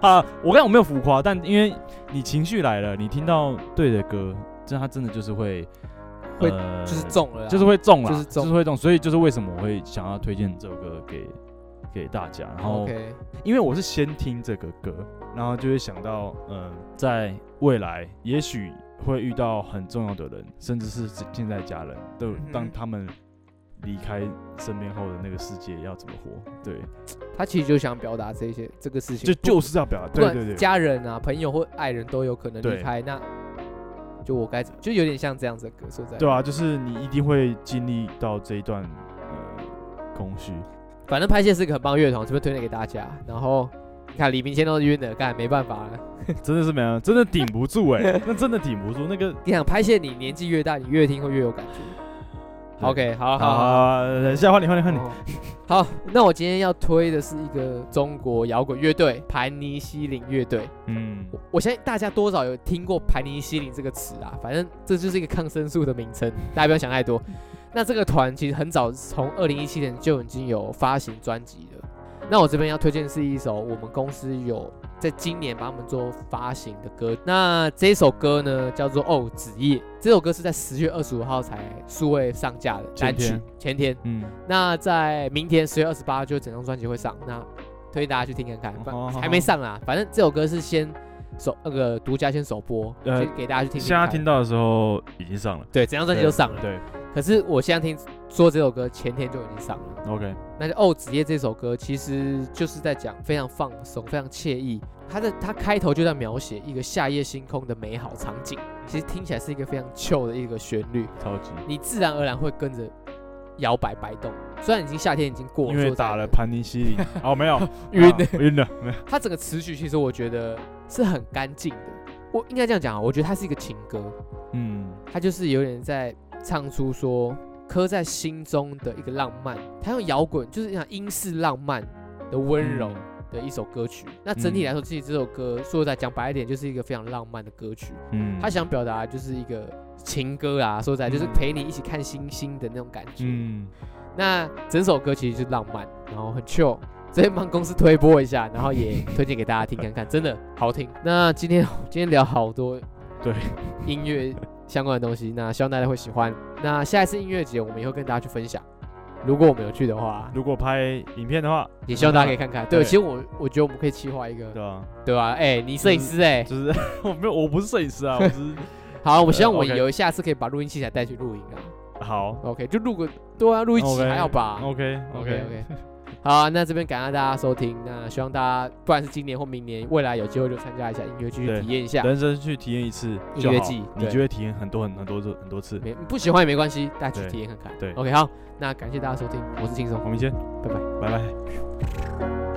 Speaker 2: 啊，我刚才我没有浮夸，但因为你情绪来了，你听到对的歌，这它真的就是会，
Speaker 1: 会
Speaker 2: 呃
Speaker 1: 就是中了啦，啊
Speaker 2: 就是会中啦，
Speaker 1: 就是中
Speaker 2: 会中，所以就是为什么我会想要推荐这首歌给给大家。然后
Speaker 1: 哦 OK，
Speaker 2: 因为我是先听这个歌，然后就会想到，嗯，在未来也许会遇到很重要的人，甚至是现在家人，都
Speaker 1: 嗯哼
Speaker 2: 当他们离开身边后的那个世界要怎么活？对，
Speaker 1: 他其实就想表达这些这个事情，
Speaker 2: 就
Speaker 1: 不
Speaker 2: 就是要表达，
Speaker 1: 不
Speaker 2: 对对
Speaker 1: 管
Speaker 2: 对，
Speaker 1: 家人啊、朋友或爱人都有可能
Speaker 2: 对
Speaker 1: 离开，那就我该怎么，就有点像这样子的歌，说实在，
Speaker 2: 对，啊，就是你一定会经历到这一段呃空虚，
Speaker 1: 反正拍戏是个很棒的乐团，这边推荐给大家。然后你看李明谦都晕了，干没办法了。
Speaker 2: 真的是没有，真的顶不住哎、那真的顶不住那个。
Speaker 1: 你想拍戏，你年纪越大，你越听会越有感觉。
Speaker 2: 对
Speaker 1: OK，好
Speaker 2: 好
Speaker 1: 好好。
Speaker 2: 好，等一下换你换你换你，
Speaker 1: 哦好，那我今天要推的是一个中国摇滚乐队盘尼西林乐队。
Speaker 2: 嗯
Speaker 1: 我我相信大家多少有听过盘尼西林这个词啊，反正这就是一个抗生素的名称， 大家不要想太多。那这个团其实很早，从二零一七年就已经有发行专辑了。那我这边要推荐是一首我们公司有在今年帮我们做发行的歌。那这首歌呢叫做《哦子夜》，这首歌是在十月二十五号才数位上架的单曲
Speaker 2: 前天，
Speaker 1: 前天。
Speaker 2: 嗯，
Speaker 1: 那在明天十月二十八就整张专辑会上，那推荐大家去听看看，
Speaker 2: 哦好好好
Speaker 1: 反还没上啦，反正这首歌是先首那个独家先首播，
Speaker 2: 呃
Speaker 1: 先给大家去听听
Speaker 2: 现在
Speaker 1: 看。
Speaker 2: 听到的时候已经上了，
Speaker 1: 对，整张专辑都上了。
Speaker 2: 对
Speaker 1: 可是我现在听说这首歌前天就已经上了。
Speaker 2: ，OK，
Speaker 1: 那就《哦子夜》这首歌其实就是在讲非常放松、非常惬意，它的它开头就在描写一个夏夜星空的美好场景，其实听起来是一个非常 chill 的一个旋律，
Speaker 2: 超级。
Speaker 1: 你自然而然会跟着摇摆摆动。虽然已经夏天已经过了，
Speaker 2: 因
Speaker 1: 说
Speaker 2: 为
Speaker 1: 实在的
Speaker 2: 打了盘尼西 林，哦，没有
Speaker 1: 晕
Speaker 2: 啊晕了，没有，
Speaker 1: 它整个词曲其实我觉得是很干净的。我应该这样讲啊，我觉得它是一个情歌，
Speaker 2: 嗯，
Speaker 1: 它就是有点在唱出说刻在心中的一个浪漫。它用摇滚，就是像英式浪漫的温
Speaker 2: 嗯
Speaker 1: 柔的一首歌曲。那整体来说，其实这首歌说实在讲白一点，就是一个非常浪漫的歌曲。
Speaker 2: 嗯，
Speaker 1: 他想表达的就是一个情歌啊，说实在就是
Speaker 2: 嗯
Speaker 1: 陪你一起看星星的那种感觉。
Speaker 2: 嗯，
Speaker 1: 那整首歌其实就是浪漫，然后很 chill。这边帮公司推播一下，然后也推荐给大家听看看，真的好听。那今天今天聊好多
Speaker 2: 对
Speaker 1: 音乐相关的东西，那希望大家会喜欢。那下一次音乐节我们也会跟大家去分享，如果我们有去的话，
Speaker 2: 如果拍影片的话，
Speaker 1: 也希望大家可以看看。对，
Speaker 2: 对
Speaker 1: 其实我我觉得我们可以企划一个，
Speaker 2: 对嗯啊，
Speaker 1: 对吧、哎、你摄影师哎、
Speaker 2: 就是 我没有，我不是摄影 师啊，我是
Speaker 1: 好，我希望
Speaker 2: 呃
Speaker 1: 我
Speaker 2: ，OK
Speaker 1: 有下次可以把录音器材带去录音啊。
Speaker 2: 好
Speaker 1: OK，就录个对啊，录一期
Speaker 2: OK，
Speaker 1: 还好吧。
Speaker 2: ，OK
Speaker 1: OK OK，好 啊、那这边感谢大家收听，那希望大家不管是今年或明年，未来有机会就参加一下音乐剧，
Speaker 2: 对
Speaker 1: 体验一下。
Speaker 2: 人生去体验一次就
Speaker 1: 音乐
Speaker 2: 好
Speaker 1: 季
Speaker 2: 你
Speaker 1: 对
Speaker 2: 就会体验很多很很多很多次。
Speaker 1: 没不喜欢也没关系，大家去
Speaker 2: 对
Speaker 1: 体验看看。
Speaker 2: 对
Speaker 1: OK，好，那感谢大家收听，我是轻松
Speaker 2: 我。们先，
Speaker 1: 拜拜，
Speaker 2: 拜拜。